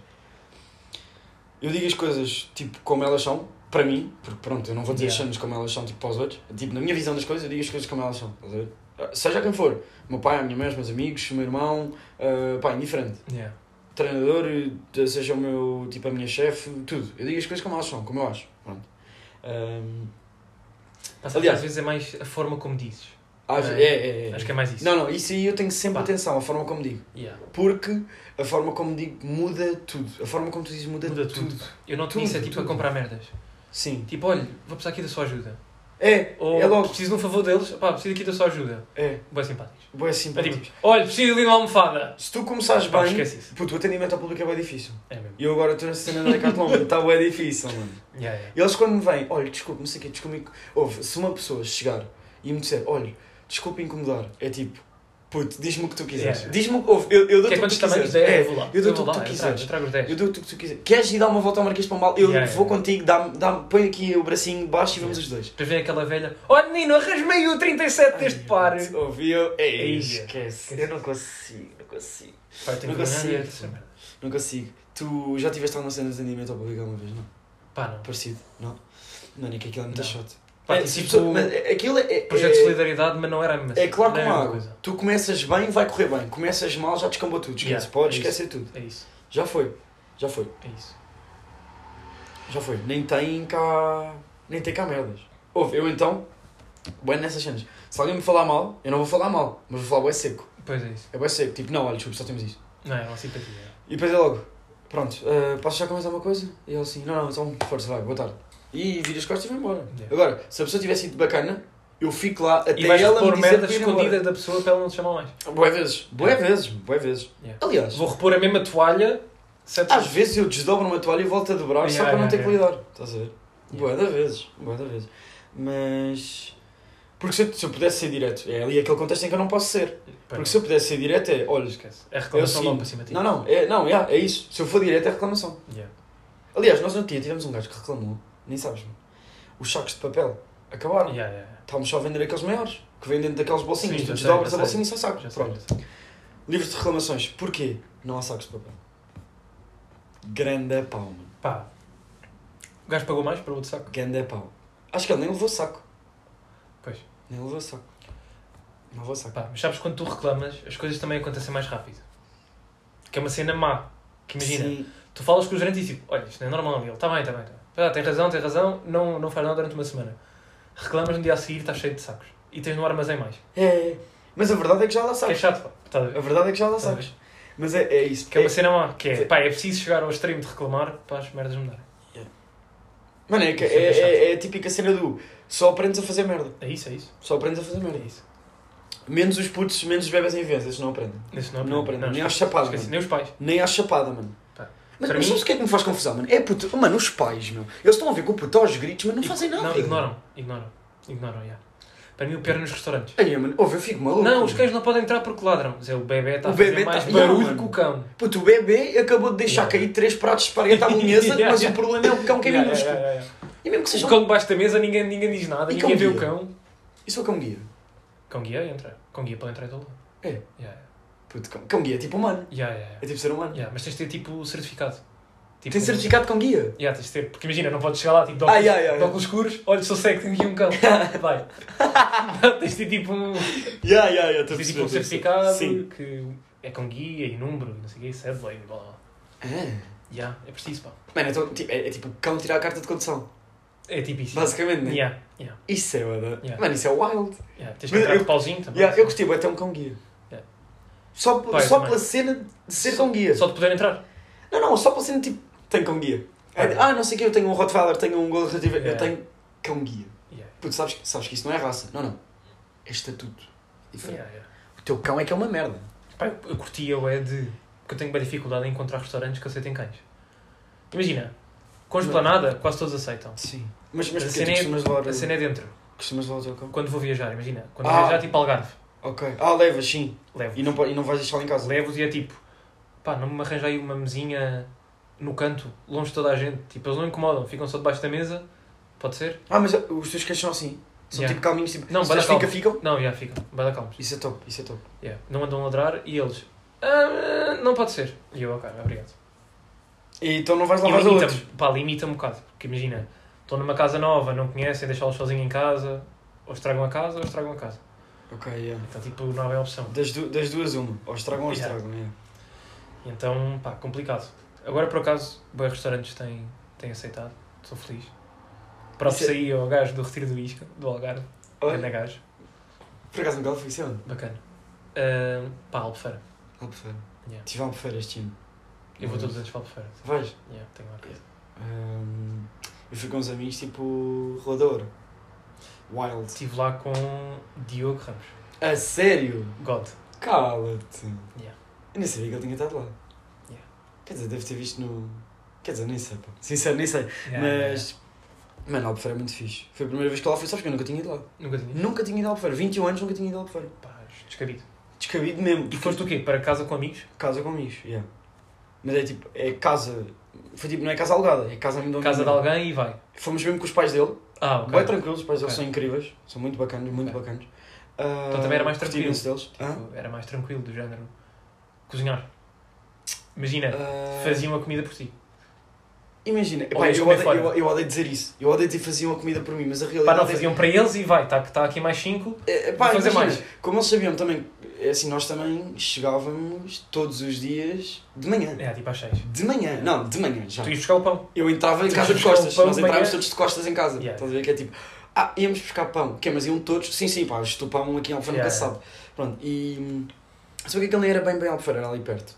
eu digo as coisas tipo como elas são, para mim, porque pronto, eu não vou dizer as Yeah. cenas como elas são tipo para os outros. Tipo, na minha visão das coisas, eu digo as coisas como elas são. estás a ver? Uh, Seja quem for, O meu pai, a minha mãe, os meus amigos, o meu irmão, uh, pá, indiferente Yeah. treinador, seja o meu, tipo, a minha chefe, tudo. Eu digo as coisas como elas são, como eu acho. Pronto. Ah, Ahm, Pá, Aliás- Às vezes é mais a forma como dizes. acho- é, É, é, é. Acho que é mais isso. Não, não, isso aí eu tenho sempre Pá. atenção, a forma como digo. Yeah. Porque a forma como digo muda tudo. A forma como tu dizes muda, Muda tudo. tudo. Eu não te Tudo, disse, é tipo tudo. a comprar merdas. Sim. Tipo, olha, vou precisar aqui da sua ajuda. É, Ou é logo. preciso de um favor deles, pá, preciso aqui da sua ajuda. É, Boa simpáticos. boa assim. É tipo, olha, preciso ali de uma almofada. Se tu começares Pá, bem, esquece isso. puto, o atendimento ao público é bem difícil. É mesmo. E eu agora estou nessa cena da Decathlon, mano, está bem difícil, mano. Yeah, yeah. E eles quando me vêm, olha, desculpe, não sei o quê, desculpe. Ouve, se uma pessoa chegar e me disser, olha, desculpe incomodar, é tipo, puto, diz-me o que tu quiseres. Yeah. Diz-me, ouve, eu, eu Que dou-te é o quantos que tu tamanhos quiseres. der, É, eu vou lá. eu dou vou tudo o lá, que eu quiseres. trago- eu trago os 10. eu dou-te o que tu quiseres. Queres ir dar uma volta ao Marquês de Pombal? Eu Yeah, vou yeah. contigo, dá-me, dá-me, põe aqui o bracinho de baixo e vamos os dois. Depois vem aquela velha, "Oh, olha menino, arrasmei o 37 deste par. Ouviu? É, Ei, esquece. Eu não consigo, não consigo. Pá, eu tenho Nunca vergonha sei. de dizer essa merda. Não consigo. Tu já tiveste alguma cena de atendimento ao público alguma vez, não? Pá, não. Parecido? Não? Não, nem que aquilo é muito Não. chato. Pá, É, tipo, um se tu- mas aquilo é... é- Projeto de é- solidariedade, mas não era a mesma É claro como não a a mesma água. coisa. Tu começas bem, vai correr bem. Começas mal, já descambou tudo. Esquece, Yeah, podes é esquecer tudo. É isso, Já foi. Já foi. é isso. Já foi. Nem tem cá. Nem tem cá merdas. Ouve, eu então. Bueno, nessas cenas. Se alguém me falar mal, eu não vou falar mal. Mas vou falar bué seco. Pois é isso. É bué seco. Tipo, não, olha, desculpa, só temos isto. Não, é uma simpatia. E depois é logo. Pronto, eh, posso já começar uma coisa? E ele assim, não, não, então força, vai, boa tarde. E vira as costas e vai embora. Yeah. Agora, se a pessoa tivesse sido bacana, eu fico lá até E vais ela me repor dizer merda para ir embora. escondida da pessoa para ela não te chamar mais. Boé vezes, boé vezes, boé vezes. Yeah. Aliás, Vou repor a mesma toalha, certo? Às vezes eu desdobro uma toalha e volto a dobrar só Yeah, para não yeah, ter que yeah. lidar. Estás a ver? Boa da vezes, boa da vezes. Mas. Porque se eu, se eu pudesse ser direto, é ali aquele contexto em que eu não posso ser. Porque se eu pudesse ser direto é, olha. Esquece. É reclamação Eu logo sim. para cima de ti. Não, não, é, não, yeah, é isso. Se eu for direto é reclamação. Yeah. Aliás, nós no outro dia tivemos um gajo que reclamou, nem sabes, mano. Os sacos de papel acabaram. Yeah, yeah. Estávamos só a vender aqueles maiores, que vêm dentro daqueles bolsinhos. Sim, tu já sei, desdobras já a sei. bolsinha e são sacos. Já sei, Pronto. já sei. Livros de reclamações. Porquê? Não há sacos de papel. Grande pau, mano. Pá. O gajo pagou mais para o outro saco. Ganda pau. Acho que ele nem levou saco. Pois. Nem levou saco. Não levou saco. Pá, mas sabes quando tu reclamas, as coisas também acontecem mais rápido. Que é uma cena má. Que imagina, Sim. tu falas com o gerente e tipo, olha, isto não é normal, ele está bem, está bem. Tá. bem. Ah, tem razão, tem razão, não, não faz nada durante uma semana. Reclamas no dia a seguir, estás cheio de sacos. E tens no armazém mais. É, é. Mas a verdade é que já lá Que é sacos. chato, pá. Tá a ver? A verdade é que já lá Tá a sacos. Mas é, é isso. Que é uma É- cena má, que é, pá, é preciso chegar ao extremo de reclamar para as merdas mudarem. Mano, é, que- Isso é é, chato. é, é a típica cena do só aprendes a fazer merda. É isso, é isso. Só aprendes a fazer É merda. isso. Menos os putos, menos os bebés em vivência, esses não aprendem. Isso não Não, é aprendem. Não, nem esquece. às chapadas, Esquece, mano. nem os pais. Nem às chapada, mano. Pá. Mas, Para mas mim- sabes o que é que me faz confusão, mano? É puto... Mano, os pais, meu. Eles estão a ver com o puto aos gritos, mas não fazem nada. Não, ignoram. Ignoram. Ignoram, já. Para mim o pior é nos restaurantes. Aí, mano, ouve, eu fico maluco. Não, os mano. cães não podem entrar porque ladram. Mas é, o bebê está O a fazer bebé mais tá- barulho Yeah, que o cão. Puto, o bebê acabou de deixar Yeah. cair três pratos de esparguete à bolonhesa, (laughs) Yeah. mas o problema é o cão que é Yeah, minúsculo. yeah, yeah, yeah. E mesmo que seja O um cão debaixo da mesa, ninguém, ninguém diz nada, E ninguém cão vê o guia? cão. Isso é o cão guia. Cão guia entra. Cão guia pode entrar em todo lado. É. Yeah, yeah. Puto, cão, cão guia é tipo humano. Yeah, yeah, yeah. É tipo ser humano. Yeah, Mas tens de ter tipo certificado. Tipo, Tem certificado de cão guia. Yeah, tens de ter. Porque imagina, não podes chegar lá tipo de Ah, óculos, yeah, yeah, de óculos escuros, olha, sou cego, tenho aqui (laughs) um cão. Vai. Não, tens de ter tipo um, tens Ya, ya, ya, estou de ter, tipo, um certificado que é com guia e número e não sei o quê, Segway, blá blá blá. Ah. Yeah, é preciso, pá. Mano, então, tipo, é, é tipo o cão tirar a carta de condução. É tipo isso. Basicamente, né? Yeah, yeah, Isso é bada. Yeah. Mano, isso é wild. yeah. Mas Tens que entrar eu- de pauzinho também. Ya, eu gostei, até um cão guia. Yeah. Só, p- Pai, só também. pela cena de ser Só- cão guia. Só de poder entrar. Não, não, só pela cena tipo, tem cão guia. Pai. Ah, não sei o que, eu tenho um Rottweiler, tenho um Golden Retriever, eu Yeah. tenho cão guia. Yeah, Puto, sabes, sabes que isso não é raça. Não, não. É estatuto. Diferente. yeah, yeah. O teu cão é que é uma merda. Pá, eu, eu curtia o é de. Porque eu tenho bem dificuldade em encontrar restaurantes que aceitem cães. Imagina, com esplanada, quase todos aceitam. Sim. Mas, mas a, porque cena tu é, costumas levar, a cena é dentro. costumas levar o teu cão? Quando vou viajar, imagina. Quando Ah. vou viajar, tipo Algarve, Ok. Ah, levas, sim. levo. E não, po- e não vais deixar lá em casa. Levo-os e é tipo, pá, não me arranjei aí uma mesinha no canto, longe de toda a gente. Tipo, eles não incomodam, ficam só debaixo da mesa. Pode ser? Ah, mas os teus cães são assim. São Yeah. tipo calminhos, tipo... Não, se bada eles fica, calmos. ficam. Não, já ficam, vai dar calmos. Isso é top, isso é top. Yeah. Não andam a ladrar e eles, "Ah, não pode ser. E eu, ok, obrigado. E então não vais E lavar os outros. limita-me, pá, limita-me um bocado, porque imagina, estou numa casa nova, não conhecem, deixá-los sozinhos em casa, ou estragam a casa, ou estragam a casa. Ok, yeah. Então, tipo, não há bem opção. Das, du- das duas, uma. Ou estragam ou Yeah. estragam, yeah. E Então, pá, complicado. Agora, por acaso, bons restaurantes têm, têm aceitado, estou feliz. Próprio Isso é- saí ao gajo do Retiro do Isca, do Algarve, grande Olha, gajo, por acaso nunca foi isso é onde? bacana. Ah, pá, Albufeira. Albufeira. Yeah. Tive Albufeira este ano. Eu vou Mas- todos os anos para Albufeira. Vais? Yeah, tenho lá a casa. Ahm, eu fui com uns amigos, tipo... Rolador. Wild. Estive lá com Diogo Ramos, A sério? God. Cala-te. Yeah. Eu nem sabia que ele tinha estado lá. Yeah. Quer dizer, deve ter visto no. Quer dizer, nem sei, pá. Sincero, nem sei. Yeah, yeah, Mas. Mano, Albufeira é muito fixe. Foi a primeira vez que eu lá fui, sabes que eu nunca tinha ido lá. yeah. Nunca tinha. Nunca tinha ido a Albufeira. 21 anos nunca tinha ido a Albufeira. Pá, descabido. Descabido mesmo. E foste o quê? Para casa com amigos? Casa com amigos, yeah. Mas é tipo, é casa. Foi tipo, não é casa alugada, é casa mesmo Casa de amigo meu. alguém e vai. Fomos mesmo com os pais dele. Ah, Bem ok. tranquilos, os pais dele Ok. são incríveis. São muito bacanas, muito Ok. bacanas. Ah, Então também era mais curti tranquilo. imenso Deles. Hã? Era mais tranquilo, do género. Cozinhar. Imagina, Ah, É. faziam a comida por ti. Imagina, Ou pá, ias eu, comer odeio, eu, fora. eu odeio dizer isso. Eu odeio dizer que faziam a comida por mim, mas a Pá, realidade não, é- faziam para eles e vai, está tá aqui mais 5. É, pá, Vou fazer imagina, Como eles sabiam também, é assim, nós também chegávamos todos os dias de manhã. É, tipo às 6. De manhã, não, de manhã já. Tu ias buscar o pão. Eu entrava em Tu casa de buscar o costas, pão nós de entrávamos manhã? todos de costas em casa. Yeah. Estás a ver que é tipo, ah, íamos buscar pão. Que mas iam todos? Sim, sim, pá, isto do pão aqui em Alfeira nunca Yeah, se sabe. Pronto, e. hum, Só que aquilo nem era bem bem Alfeira, era ali perto.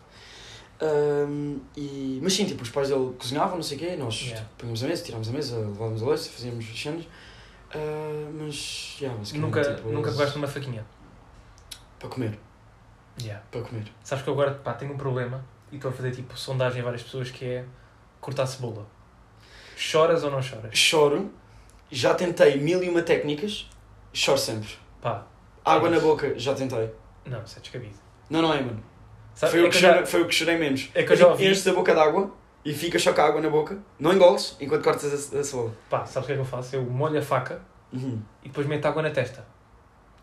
Hum, e, mas sim, tipo, os pais dele cozinhavam, não sei o quê, nós Yeah. tipo, punhamos a mesa, tirámos a mesa, levávamos a louça, fazíamos as cenas. Ah, mas, yeah, basicamente, Nunca, tipo, nunca eles- pegaste numa faquinha. Para comer, Yeah. para comer. Sabes que eu agora pá, tenho um problema e estou a fazer tipo sondagem a várias pessoas que é cortar cebola. Choras ou não choras? Choro, já tentei mil e uma técnicas, choro sempre. Pá, Água na boca, já tentei. não, isso é descabido. Não, não é, mano. Sabe, foi, o é que que eu já- chorei, foi o que chorei menos. é que eu já ouvi. Enches a boca d'água e ficas só com a água na boca, não engoles, enquanto cortas a, a cebola. Pá, sabes o que é que eu faço? Eu molho a faca Uhum. e depois meto água na testa.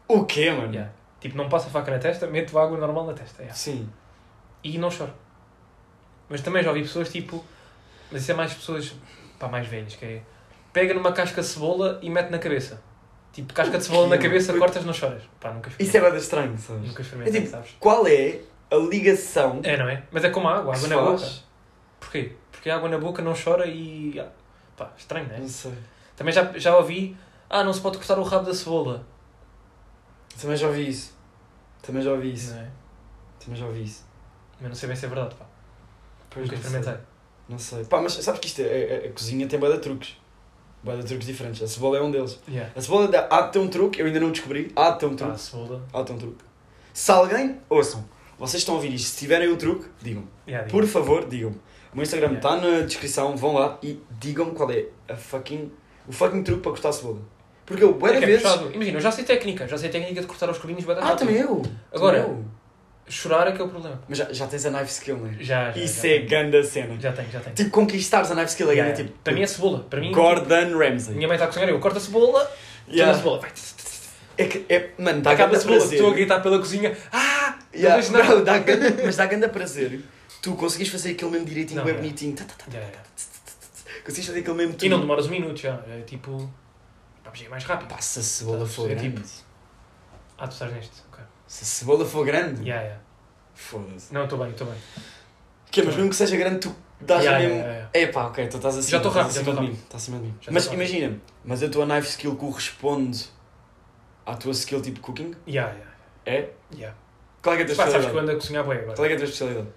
O quê, mano? Yeah. Tipo, não passa a faca na testa, meto água normal na testa. yeah. Sim. E não choro. Mas também já ouvi pessoas tipo. Mas isso é mais pessoas pá, mais velhas, que é. Pega numa casca de cebola e mete na cabeça. Tipo, casca de cebola na quê? cabeça, cortas, não choras. Pá, nunca Isso é experimentei. nada estranho, sabes? Nunca É experimentei, tipo, sabes? qual é a ligação É, não é? Mas é como a água, que a água se na boca. faz? Porquê? Porque a água na boca não chora e. ah, Pá, estranho, não é? Não sei. Também já, já ouvi. Ah, não se pode cortar o rabo da cebola. Também já ouvi isso. Também já ouvi isso. Isso. Não é? Também já ouvi isso. Mas não sei bem se é verdade, pá. Pois nunca não sei. experimentei. Não sei. Pá, mas sabes que isto é, é- a cozinha tem boia de truques. Boia de truques diferentes. A cebola é um deles. Yeah. A cebola dá- há de ter um truque, eu ainda não descobri. Há de ter um Pá, truque. a cebola. Há de ter um truque. Se alguém, ouçam, Vocês estão a ouvir isto, se tiverem o truque, digam. Yeah, Por digo. favor, digam-me. O meu Instagram está na descrição, vão lá e digam-me qual é a fucking, o fucking truque para cortar a cebola. Porque eu, bué É da que é vez... puxado. Imagina, eu já sei técnica, já sei técnica de cortar os cubinhos bem Ah, também eu! Agora- Também eu. Chorar é que é o problema. Mas já, já tens a knife skill, né? Já, já. Isso já, é ganda cena. Já tenho, já tenho. Tipo, conquistares a knife skill é Yeah, grande, yeah. tipo... Para mim é cebola. Para mim, tipo, Gordon Ramsay. minha mãe está a cozinhar, eu corto a cebola, yeah. a Yeah. cebola. Vai, É que, é, mano, dá acaba a ganda cebola, prazer. estou a gritar pela cozinha. Ah! Yeah, Não vejo nada. não, dá ganda, mas dá ganda prazer. Tu conseguis fazer aquele mesmo direitinho, Não, bem é. bonitinho. Tá, tá, tá. Yeah, yeah. Conseguis fazer aquele mesmo E não tudo. demoras um minuto já. É tipo. Pá, mas é mais rápido. Pá, se a cebola Tá, for é grande. Ah, tu estás neste. Ok. Se a cebola for grande. Yeah, yeah. Foda-se. Não, estou bem, estou bem. Que é, mas mesmo que seja grande, tu dás Yeah, a mesmo. yeah, yeah, É pá, ok, tu estás assim. Já tô rápido, já tô Está acima de mim. Já tô mas rápido. imagina, mas a tua knife skill corresponde à tua skill tipo cooking? Yeah, yeah. É? yeah. Qual é que é a tua Pá, sabes que eu especialidade? ando a cozinhar bem agora. Qual é que é a tua especialidade?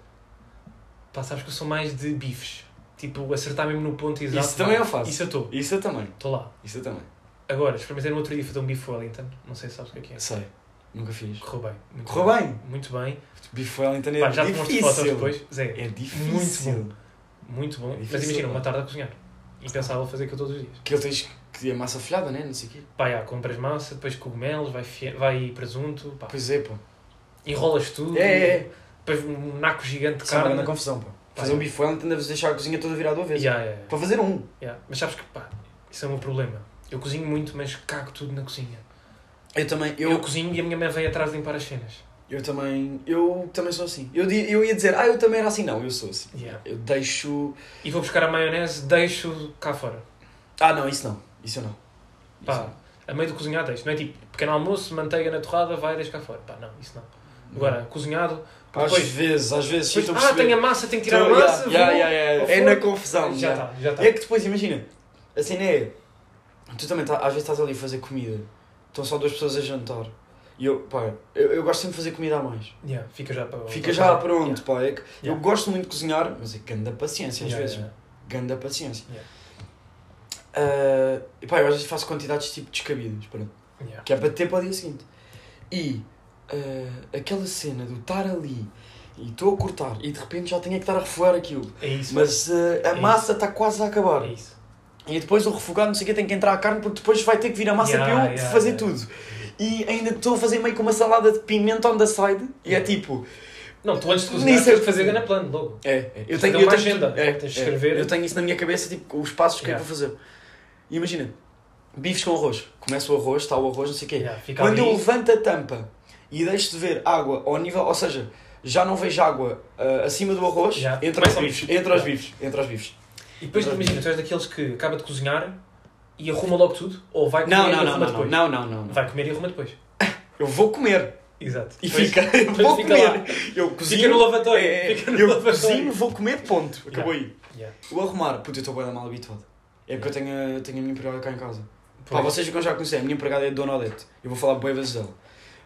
Pá, sabes que eu sou mais de bifes. Tipo, acertar mesmo no ponto exato. Isso também vai. eu faço. Isso é eu estou. Isso eu também. Estou lá. Isso eu também. Agora, experimentei no outro dia fazer um bife Wellington. Não sei se sabes o que é que é. Sei. Nunca fiz. Correu bem. Muito Correu bem. Muito bem. Beef Wellington é Pá, já te mostro fotos difícil. depois. Zé, É difícil. Muito muito bom. É Mas difícil, imagina, uma não. tarde a cozinhar. Impensável fazer aquilo todos os dias. Que ele tens que é massa folhada, né? Não sei o quê. Pá, já, compras massa, depois cogumelos, vai, fie- vai presunto, pá. Pois é, pá. enrolas tudo. É, é. Depois um naco gigante de Isso é uma carne. grande confusão, pá. Fazer um é. beef Wellington deves deixar a cozinha toda virada uma vez. Ya, ya, ya. Para fazer um. Ya. Mas sabes que, pá, isso é o meu problema. Eu cozinho muito, mas cago tudo na cozinha. Eu também, Eu, eu, eu, cozinho e a minha mãe vem atrás de limpar as cenas. também, eu também sou assim. Eu, di- eu ia dizer, ah, eu também era assim. Não, eu sou assim. Ya. Eu deixo... E vou buscar a maionese, deixo cá fora. Ah, não, isso não. Isso eu não. Isso Pá, a meio do cozinhar deixo. Não é tipo, pequeno almoço, manteiga na torrada, vai, deixa cá fora. Pá, não, isso não. não. Agora, cozinhado, Às depois... vezes, às vezes, depois, sim, estou a ah, perceber. tenho a massa, tenho que tirar a Estou- massa. yeah, yeah, vou- yeah, ao yeah. É forno. na confusão. Já yeah. está, já tá. está. É que depois, imagina, a cena é. Tu também tá- às vezes estás ali a fazer comida, estão só duas pessoas a jantar. E eu, pá, eu, eu gosto sempre de fazer comida a mais. Ya, Fica já para... Fica já pronto, pá. É que Eu Yeah. gosto muito de cozinhar, mas é ganda paciência às Ya, vezes. ya, Ganda paciência. Yeah. Ah, e pá, eu às vezes faço quantidades tipo descabidas, pronto, ya. que é para ter para o dia seguinte. E ah, aquela cena do estar ali e estou a cortar e de repente já tenho que estar a refogar aquilo. É isso. Mas ah, a É massa está quase a acabar. É isso. E depois o refogado, não sei o que, tem que entrar a carne porque depois vai ter que vir a massa Yeah, para eu yeah, fazer yeah. tudo. E ainda estou a fazer meio que uma salada de pimenta on the side. E é Yeah. tipo. Não, tu antes de Nem cozinhar sei tens o de que fazer dizer. grande plano, logo. É, é. Eu Tens tenho, de eu uma tenho, agenda. é, Tens de é. escrever. Eu tenho isso na minha cabeça, tipo, os passos que é Yeah. para fazer. E imagina, bifes com arroz. Começa o arroz, está o arroz, não sei o quê. Yeah, fica Quando eu ali. levanto a tampa e deixo de ver água ao nível, ou seja, já não vejo água ah, acima do arroz, Yeah. entra os Começa o bifes, bife. entra os Yeah. bifes, entra os bifes. E depois tu imagina, tu és daqueles que acaba de cozinhar e arruma logo tudo, ou vai comer Não, e não, arruma não, não, depois. não, não, não, não. Vai comer e arruma depois. Eu vou comer Exato. e Depois fica, eu vou fica comer. lá. Eu cozinho. Fica no lavatório. É, Fica no eu lavatório. cozinho, vou comer, ponto. Acabou aí. Yeah. O arrumar, puta, eu estou bem mal habituado. É porque eu tenho, a- tenho a minha empregada cá em casa. Pá, Pois. vocês que eu já conhecem, a minha empregada é a Dona Odete. Eu vou falar bem vezes dela.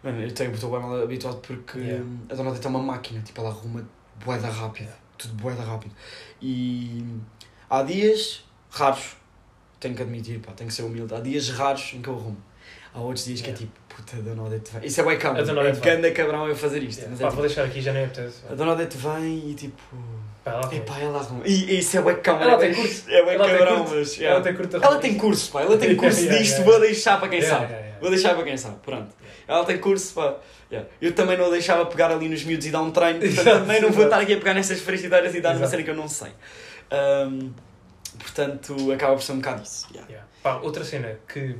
Mano, eu tenho- estou bem mal habituado porque Yeah. hum, a Dona Odete é uma máquina, tipo, ela arruma boeda rápida. Yeah. Tudo boeda rápido. E hum, há dias raros, tenho que admitir, pá, tenho que ser humilde. Há dias raros em que eu arrumo. Há outros dias que é Yeah. tipo, puta, a Dona Odete vai. Isso é bem A Dona cabrão. É Odete vai. ganda cabrão eu fazer isto. Yeah. Mas Pá, é, vou tipo, deixar aqui, já nem apetece. a Dona Odete vem e tipo. Pá, ela arruma. Epá, ela arruma. E, e isso é bem cabrão. Ela tem curso. É bem Ela tem cabrão, curso. mas. yeah. Ela tem curta Ela tem curso, pá. (laughs) Ela tem curso Yeah, yeah, disto. yeah. Vou deixar para quem Yeah, sabe. yeah, yeah. Vou deixar para quem sabe. Pronto. Ela tem curso, pá. Yeah. Eu também não a deixava pegar ali nos miúdos e dar um treino. Portanto, Exato, também não vou exato. estar aqui a pegar nessas frigideiras e dar uma Exato. cena que eu não sei. Ahm, portanto, acaba por ser um bocado isso. Yeah. Yeah. Pá, outra cena que me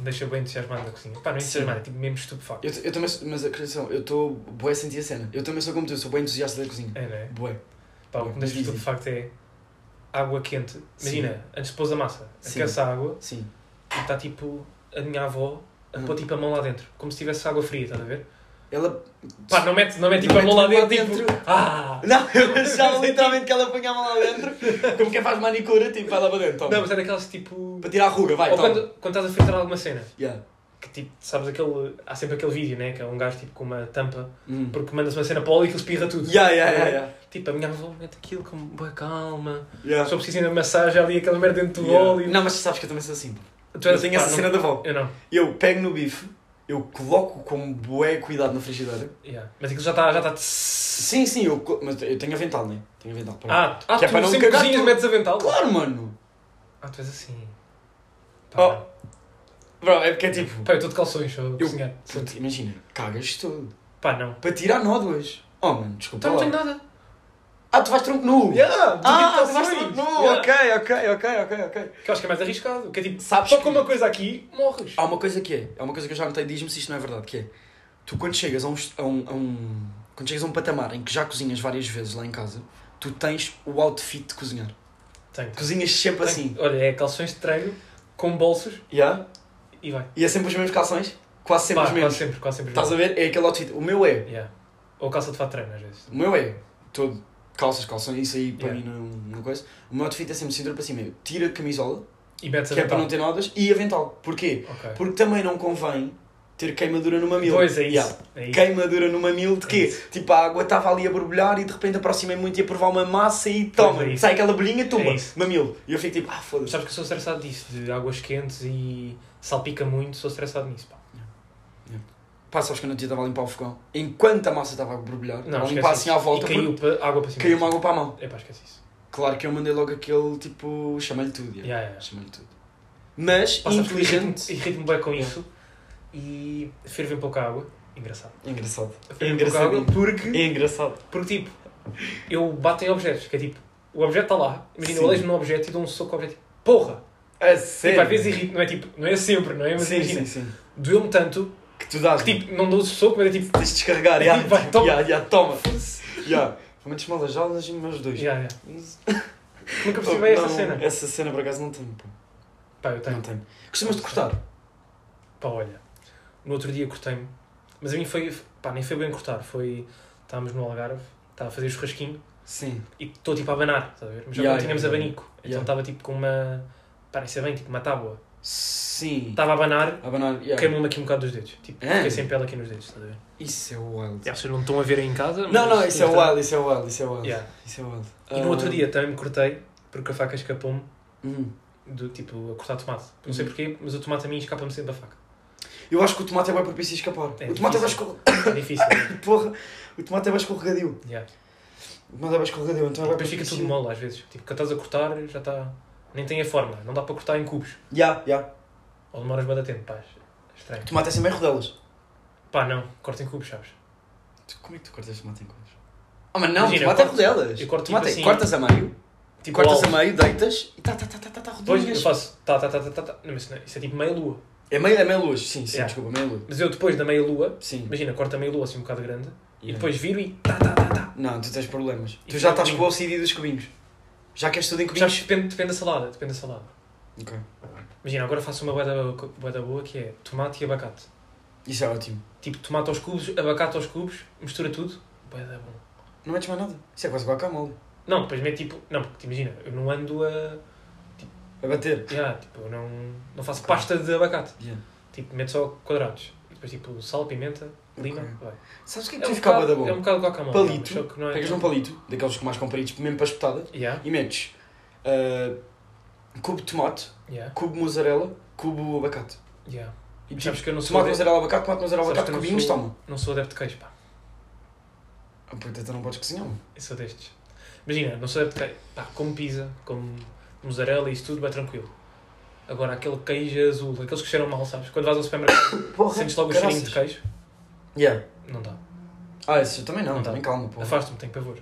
deixa bem entusiasmado na cozinha. Pá, não é Sim. entusiasmado, é tipo mesmo estupefacto. Eu, eu também sou, mas atenção, eu estou bué a sentir a cena. Eu também sou como tu, sou bem entusiasta da cozinha. É, não é? Bué. Pá, o que me deixa Dizem. estupefacto é água quente. Imagina, antes de pôr a massa, Sim. aquece a água Sim. e está tipo a minha avó a Hum. pôr tipo a mão lá dentro, como se tivesse água fria, estás a ver? Ela. Pá, não mete, não mete tipo Não a mão lá mete dentro, lá tipo, dentro. ah! (laughs) Não, (laughs) eu achava literalmente que ela apanhava lá dentro. Como quem faz manicura, tipo, vai lá para dentro. Toma. Não, mas é daquelas tipo. Para tirar a ruga, vai, Ou toma. quando, quando estás a fritar alguma cena, Yeah. que tipo, sabes aquele. Há sempre aquele vídeo, né? Que é um gajo tipo com uma tampa, Hum. porque mandas uma cena para o óleo e ele espirra tudo. Yeah, yeah, yeah, yeah. Tipo, a minha avó mete aquilo com boa calma. Yeah. Só precisa de massagem ali, aquela merda dentro do Yeah. óleo. Não, mas sabes que eu também sou assim. pá. Tu Eu és- tenho pá, essa não- cena da avó. Eu não. Eu pego no bife, eu coloco com bué cuidado na frigideira. Yeah. Mas aquilo já está. Já tá... Sim, sim, eu, co- mas eu tenho avental, né? Tenho avental. para- Ah, ah Que é tu para não sempre cagar cozinhas tudo. metes avental? Claro, mano! Ah, tu és assim. Oh. Tá bem. Bro, é porque é tipo. Pá, eu estou de calções, só eu... cozinhar. Puta, imagina, cagas tudo. Pá, não. Para tirar nódoas. Oh, mano, desculpa. Então não lá. tenho nada. Ah, tu vais tronco nu! Yeah, Ah, ah, tu vais tronco nu! Ok, ok, ok, ok, ok. Que eu acho que é mais arriscado. Que é tipo, Sabes só que- com uma coisa aqui, morres. Há uma coisa que é, há uma coisa que eu já notei, diz-me se isto não é verdade, que é, tu quando chegas a um, est- a um, a um- quando chegas a um patamar em que já cozinhas várias vezes lá em casa, tu tens o outfit de cozinhar. Tenho. Cozinhas sempre Tenho. assim. Olha, é calções de treino, com bolsos Yeah? e vai. E é sempre os mesmos calções? Quase sempre Pá, os mesmos. Quase sempre, quase sempre. os Estás a ver? É aquele outfit. O meu é. mesmos. Yeah. Ou calça de fato de treino, às vezes. O meu é. Todo calças, calções, isso aí para Yeah. mim não, é um, não coisa. O meu outfit é sempre cintura para cima. Eu tiro a camisola, E metes que é para avental. não ter nodas, e avental. Porquê? Ok. Porque também não convém ter queimadura no mamilo. Pois é isso. Yeah. É isso. Queimadura no mamilo de É quê? isso. tipo, a água estava ali a borbulhar e de repente aproximei muito e a provar uma massa e toma, é isso. sai aquela bolinha, tumba, É isso. mamilo. E eu fico tipo, ah, foda-se. Sabes que eu sou estressado disso, de águas quentes e salpica muito, sou estressado nisso, pá. Pá, sabes que eu não dia estava a limpar o fogão. Enquanto a massa estava a borbulhar, Não, a esquece limpar isso. assim à volta, E caiu pa- água para cima. porque caiu uma água para a mão. É pá, esquece isso. Claro que eu mandei logo aquele tipo, chamei-lhe tudo. yeah. Yeah, yeah. Chamei-lhe tudo. Mas, Pá, sabes que inteligente. irrita-me- Irrita-me bem com isso e ferve um pouco a água. Engraçado. é Engraçado. Ferve um pouco a água porque... É engraçado. Porque, tipo, eu bato em objetos, que é tipo, o objeto está lá, imagina, eu Sim. leio num objeto e dou um soco ao objeto, tipo, porra! A Tipo, sério. às vezes irrito, não é tipo, não é sempre, não é? Mas sim, imagina, sim, sim. doeu-me tanto Que tu dás. que, tipo, não dou o soco, mas é tipo, tens de descarregar. É Yeah, tipo, (laughs) vai, toma. Yeah, yeah, toma. yeah. Momentos mal as aulas e meus dois. já, já. Mas- Nunca percebi essa Oh, Não, cena. Essa cena por acaso não tenho, pô. Pá, eu tenho. Não tenho. Costumas de cortar? Pá, olha, no outro dia cortei-me, mas a mim foi, pá, nem foi bem cortar, foi, estávamos no Algarve, estava a fazer churrasquinho Sim. e estou, tipo, a abanar, estás a ver? Mas já Yeah, não tínhamos yeah, abanico, então Yeah. estava, tipo, com uma, pá, nem sei bem, tipo, uma tábua. Sim. Estava a abanar, A banana. yeah. queimou-me aqui um bocado dos dedos, tipo, Ah. fiquei sem pele aqui nos dedos, estás a ver? Isso é wild. Yeah, vocês não estão a ver aí em casa. Não, não, mas- isso é wild, isso é wild, isso é wild. Yeah. Isso é wild. tá. E no outro Ah, dia também me cortei, porque a faca escapou-me hum. do tipo a cortar tomate. Não Uhum. sei porquê, mas o tomate a mim escapa-me sempre da faca. Eu acho que o tomate é bem propício a escapar. É o tomate é bem difícil. escorregadio. É (coughs) difícil. né? Porra, o tomate é bem escorregadio. yeah. O tomate é bem escorregadio, então E é bem depois Tipo, fica propício. tudo mole às vezes. Tipo, quando estás a cortar, já está. Nem tem a forma, não dá para cortar em cubos. Ya, ya. Ou demoras bada tempo, pá. Estranho. O tomate é sempre em rodelas. Pá, não, corta em cubos, sabes? Tu- Como é que tu cortas tomate em quadros? Ah, mas não, Imagina, tomate é eu corto- rodelas. eu corto tipo tomate é- assim. cortas a meio, Tipo, cortas alvo. a meio, deitas e tá, tá, tá, tá, tá, tá, Depois eu rodelinhas. faço. Tá, tá, tá, tá, tá, tá. Não, mas isso não é- isso é tipo meia lua. É meio, é meia luz, sim, sim, Ya. desculpa, meia luz. Mas eu depois da meia lua, Sim. imagina, corto a meia lua assim um bocado grande e Ya. depois viro e tá, tá, tá, tá. Não, tu tens problemas. E tu já fica estás comigo. com o OCD dos cubinhos. Já queres tudo em Já cubinhos? depende, depende da salada, depende da salada. Ok. Imagina, agora faço uma boeda, boeda boa que é tomate e abacate. Isso é ótimo. Tipo, tomate aos cubos, abacate aos cubos, mistura tudo, boeda bom. Não metes mais nada. Isso é quase guacamole. Não, depois meto tipo. Não, porque te imagina, eu não ando a. A bater. Yeah, tipo, eu não, não faço pasta de abacate. Yeah. Tipo, meto só quadrados. E depois tipo sal, pimenta, lima, Ok. vai. Sabes o que é que É um, tem ficado bocado, bada bom? é um bocado guacamole. Palito, Só que não é. Pegas num palito, daqueles que mais compridos, mesmo para espetada, Yeah, e metes ah, cubo de tomate, yeah, cubo de mussarela, cubo de abacate. yeah. E tipo, Mas sabes que eu não sou, tomate, mussarela, adepto, abacate, tomate, mussarela, Sabes abacate, que eu não cubinhos, sou- toma. não sou adepto de queijo, pá. Ah, puta, tu não podes cozinhar. mano. Eu sou destes. Imagina, não sou adepto de queijo. Pá, como pizza, como mussarela e isso tudo, vai tranquilo. Agora, aquele queijo azul, aqueles que cheiram mal, sabes? Quando vais (coughs) ao supermercado, Porra, sentes logo o caraças. cheirinho de queijo. Yeah. Não dá. Ah, isso eu também não, Não dá. também calma, porra. Afasto-me, tenho pavor.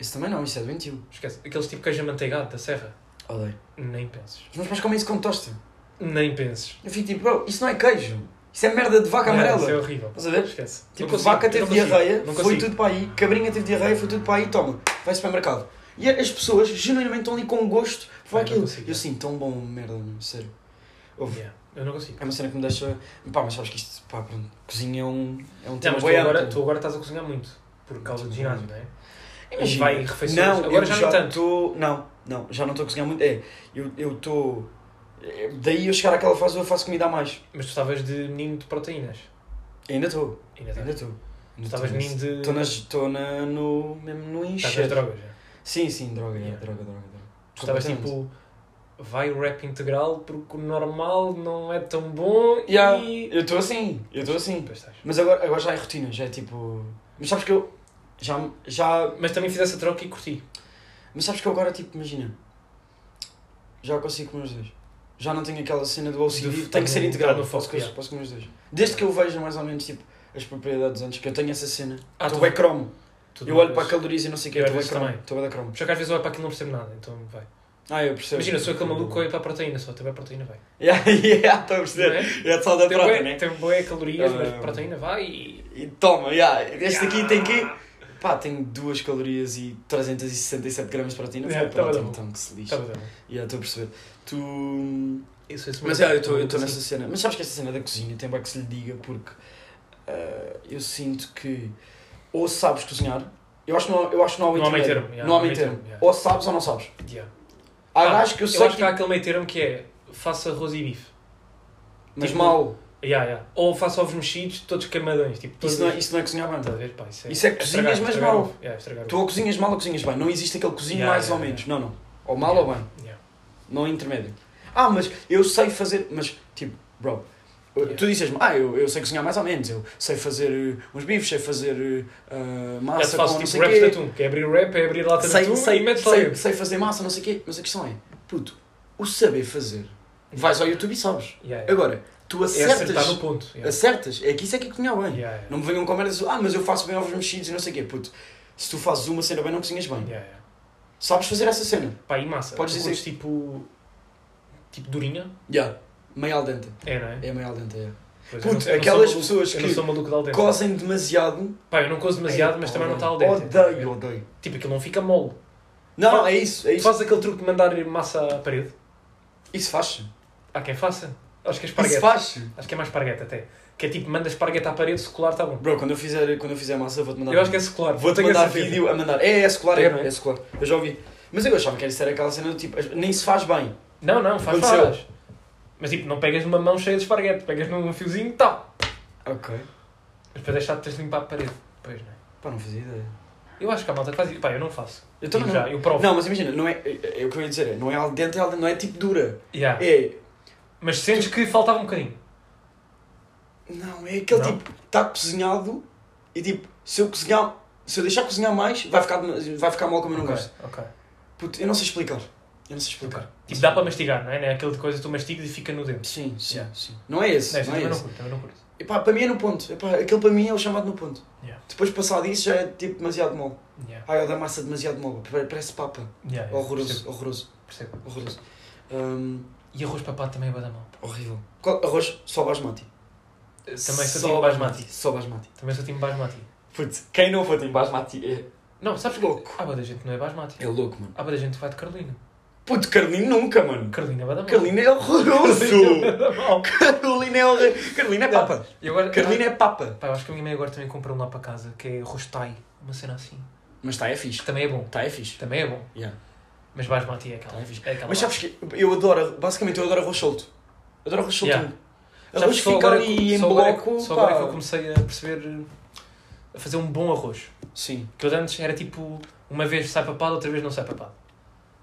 Isso também não, isso é doentio. Esquece. Aqueles tipo queijo amanteigado da serra. Odeio. Nem penses. Os meus pais comem é isso com tosta. Nem penses. Eu fico tipo, bro, isso não é queijo. Isso é merda de vaca amarela. Isso é horrível. Estás a ver? Esquece. Tipo, Não consigo, vaca eu teve não consigo, diarreia, Não foi consigo. tudo para aí. Cabrinha teve diarreia, foi tudo para aí. Toma, vai ao supermercado. E é, as pessoas genuinamente estão ali com gosto. Foi Ai, não aquilo. consigo, eu é. sinto tão bom, merda, meu, sério. Ouve. Yeah, Eu não consigo. É uma cena que me deixa. Pá, mas sabes que isto, pá, pronto, cozinha é um. É um tema Não, Então, mas tu bué agora, amplo. tu agora estás a cozinhar muito. Por causa do ginásio, não é? Imagina. vai refeições. Não, Agora eu já já, nem tanto. tô- Não, não, já não estou a cozinhar muito. É, eu estou. Daí eu chegar àquela fase eu faço comida a mais. Mas tu estavas de menino de proteínas. Ainda estou, Ainda ainda estás. estou. Tu estavas menino de. Estou nas. Estou na. no. mesmo no Estás nas encher. drogas, já. Sim, sim, droga, é, Yeah. droga, droga, droga. Tu estavas Completamente. tipo vai o rap integral porque o normal não é tão bom Yeah, e. Eu estou assim, eu estou assim. Pois estás. Mas agora, agora já é rotina, já é tipo. Mas sabes que eu. Já, já. Mas também fiz essa troca e curti. Mas sabes que eu agora, tipo, imagina. Já consigo comer os dois. Já não tenho aquela cena do Do- OCD, tem que ser tá no- integrado. tá no posso, foco, comer- yeah. posso comer os dois. Desde que eu veja mais ou menos, tipo, as propriedades antes, que eu tenho essa cena. Ah, Estou tu- bem cromo. tu- é Eu olho para calorias e não sei o que, Eu estou bem às vezes cromo. também. Estou bem da cromo. Só é que às vezes eu olho para aquilo e não percebo nada, então vai. Ah, eu percebo. Imagina, sou aquele maluco que olha para a proteína só, tem bem proteína, vai. (laughs) Yeah, yeah, estou a Não perceber. é? É de sal da Tem prata, bué- né? Tem boé calorias, Ah. mas proteína vai e. E toma, yeah. Este aqui tem que. Pá, tenho 2 calorias e 367 gramas de proteína. Yeah, Foi tá pronto, bom. então que se lixa. Tá bem. Yeah, estou a perceber. Tu. Isso, isso Mas mesmo. é, eu estou- eu Então, estou nessa assim, cena. Mas sabes que essa cena da cozinha tem bem que se lhe diga porque ah, eu sinto que ou sabes cozinhar, eu acho que não, eu acho que não há Não há meio meio termo, termo. yeah, Não há meio termo. yeah. Ou sabes ou não sabes. yeah. Há Ah, gajos que eu Eu, sei acho que. que há aquele meio termo que é faça arroz e bife. Mas tipo, mal. Yeah, yeah. Ou faça ovos mexidos, todos queimadões. Tipo, todos Isso não, é, isso não é cozinhar bem. Estás a ver, pá, isso é, Isso é que estragar- cozinhas, mas estragar mal. o- Yeah, estragar o- Tu ou cozinhas mal ou cozinhas bem. Não existe aquele cozinho é. Yeah, mais yeah, ou menos. yeah. Não, não. Ou mal ou bem. Yeah. Não há intermédio. Ah, mas eu sei fazer. Mas, tipo, bro. Yeah. Tu dizes-me, ah, eu, eu sei cozinhar mais ou menos, eu sei fazer uh, uns bifes, sei fazer uh, uh, Já te massa com faço não tipo sei raps de quê, atum, que é abrir o rap, é abrir lata de sei, atum e sei, mete lá sei, dentro. sei fazer massa, não sei o quê, mas a questão é, puto, o saber fazer, vais ao YouTube e sabes. Yeah, yeah. Agora, tu É acertar acertas, no ponto. yeah. acertas, é que isso é que é cozinhar bem. Yeah, yeah. Não me venham com merdas, ah, mas eu faço bem ovos mexidos e não sei o quê, puto. Se tu fazes uma cena bem, não cozinhas bem. Yeah, yeah. Sabes fazer essa cena. Pá, e massa? Podes Tu dizer- curtes, tipo... Tipo durinha? Yeah. Meio al dente. É, não é? É meio al dente, é. Pois, eu Puto, não- eu não aquelas sou maluco- pessoas Eu não que sou maluco de al dente. cozem demasiado. Pá, eu não cozo demasiado, Ei, mas também não odeio, está al dente. Odeio, odeio. Tipo, aquilo não fica mole. Não, não, é isso, é isso. Faz aquele truque de mandar massa à parede. Isso faz-se. Há quem faça. Acho que é Isso esparguete. faz-se. Acho que é mais esparguete até. Que é tipo, manda esparguete à parede, se colar está bom. Bro, quando eu fizer, quando eu fizer massa, eu vou-te mandar. Eu acho que é secular. Vou-te Tenho a mandar certeza. vídeo a mandar. É, é secular, é, É, não é? é secular. Eu já ouvi. Mas eu achava que era isso, era aquela cena do tipo, nem se faz bem. Não, não, faz Aconteceu. faz. Mas tipo, não pegas numa mão cheia de esparguete, pegas num fiozinho e tal. Ok. Mas depois deixar de teres de limpar a parede. Pois não. é? Pá, não fazia ideia. Eu acho que a malta que faz isso. Pá, eu não faço. Eu também Digo não. já, eu provo. Não, mas imagina, não é, é, é o que eu ia dizer, é, não é al dente, é al dente, não é tipo dura. Yeah. É, Mas sentes que faltava um bocadinho. não, é aquele Não. tipo, está cozinhado e tipo, se eu cozinhar, se eu deixar cozinhar mais, vai ficar, vai ficar mal como eu não Ok, gosto. Ok. Puto, eu não sei explicar. Eu não sei explicar. ok. Tipo, dá para mastigar, não é? Não é aquele de coisa que tu mastigas e fica no dente. Sim, sim, Yeah. sim. Não é esse, Não, isso não eu é também não esse. curto, também não curto. Epá, para mim é no ponto. Epá, aquele para mim é o chamado no ponto. Yeah. Depois de passar disso já é tipo demasiado mole. Yeah. Ai, eu da massa demasiado mole. Pare- Parece papa. Yeah, yeah, horroroso, Percebo, horroroso, percebo. horroroso. Hum, E arroz papado também é bué da mão. horrível. Qual- arroz só basmati. Também só time basmati. Só basmati. Também só time basmati. Putz, quem não for tem basmati é, Não, sabes que Louco. Há bué da gente que não é basmati. é louco, mano. Há bué da gente que vai de Carolina. Puto, Carolina nunca, mano. Carolina é bué da mão. Carolina é horroroso. (laughs) Carolina é bué da (laughs) mão. Carolina é horroroso. Carolina é papa. E agora- ah, Carolina é papa. Pá, eu acho que a minha mãe agora também comprou um lá para casa, que é rostai, uma cena assim. Mas está é fixe. Que também é bom. Está é fixe. Também é bom. Yeah. Mas basmati é aquela. Tá, é fixe. É aquela Mas sabes que eu adoro, basicamente eu adoro arroz solto. Adoro arroz solto. Yeah. Arroz só fica agora- ali em só agora é que- bloco. Só pá. agora é que eu comecei a perceber, eh, a fazer um bom arroz. Sim. Que eu antes era tipo, uma vez sai papado, outra vez não sai papado.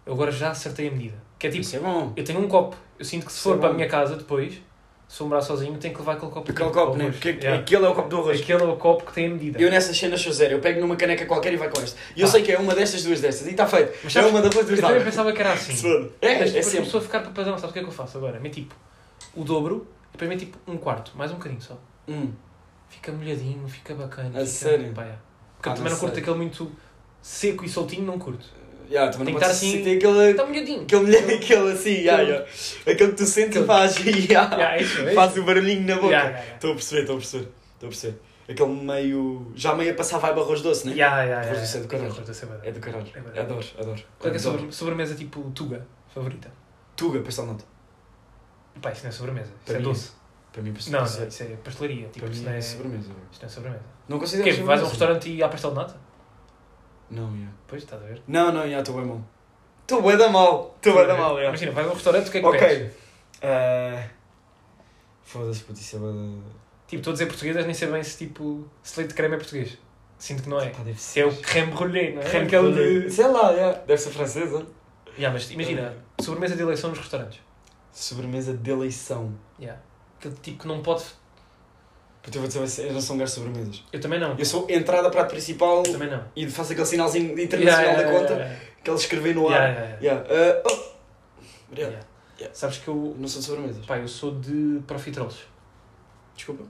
Eu agora já acertei a medida. Que é tipo, Isso é bom. eu tenho um copo. Eu sinto que se Isso é for para a bom. minha casa depois, se eu morar sozinho, tenho que levar aquele copo. Aquele de- copo, de né? arroz. Porque Yeah. aquele é o copo do arroz. Aquele é o copo que tem a medida. Eu nessas cenas sou zero, eu pego numa caneca qualquer e vai com esta. E eu Ah. sei que é uma destas, duas destas, e está feito. Mas é sabes- uma das duas, Eu duas também destas. pensava que era assim. É, Mas é depois sempre. começou a ficar para padrão, sabes o que é que eu faço agora? Mete tipo o dobro e depois mete tipo um quarto, mais um bocadinho só. Hum. Fica molhadinho, fica bacana. A fica- sério? Pá, é. Porque Ah, eu também não não curto sei. aquele muito seco e soltinho, não curto. Yeah, também Tem não que pode estar ser- assim- Tem aquele, Está molhadinho. aquele, molho- (laughs) aquele assim, yeah, yeah. aquele que tu sentes e Aquele- faz, (laughs) yeah. (laughs) Yeah, é isso, é isso. faz o barulhinho na boca. Estou Yeah, yeah, yeah. a perceber, estou a perceber, estou a perceber. Aquele meio. Já meio a passar vibe arroz doce, né? Yeah, yeah, yeah, Arroz doce é do yeah. caralho. Arroz doce é bué da- É do caralho. É verdade. Adoro, adoro. Qual é que é a Adoro. sobre- sobremesa tipo Tuga, favorita? Tuga, pastel nata. Pá, isso não é sobremesa, isso Para é mim, doce. Para mim, pastel Não, nata. não, isso é pastelaria. Tipo, Para isso mim não é é isto sobremesa. não é sobremesa. Não considero Porquê? Vais a um sobremesa. restaurante e há pastel de nata? Não, yeah. Pois, estás a ver. Não, não, já estou bem mal. Estou bem da mal. Estou bem da mal, já. Imagina, vais a um restaurante, o que é que Ok. pedes? Eh, Foda-se, puto, isso é bué Tipo, estou a dizer português, mas nem sei bem se tipo, se leite de creme é português. Sinto que não da- é. Pá, deve Se é o creme brûlé, não é? Creme Aquele brulee. de- Sei lá, já. Deve ser francesa. Yeah, mas imagina, sobremesa de eleição nos restaurantes. Sobremesa de eleição. Yeah. Aquele tipo que não pode. Puta, eu vou dizer, eu não sou um gajo de sobremesas. Eu também não. Eu sou entrada, prato principal Eu também não. e faço aquele sinalzinho internacional da conta yeah, yeah. que ele escreveu no Yeah, ar. yeah, yeah. Yeah. Ah, oh. Obrigado. Yeah. Sabes que eu. Não sou de sobremesas. Pá, eu sou de profiteroles. Desculpa.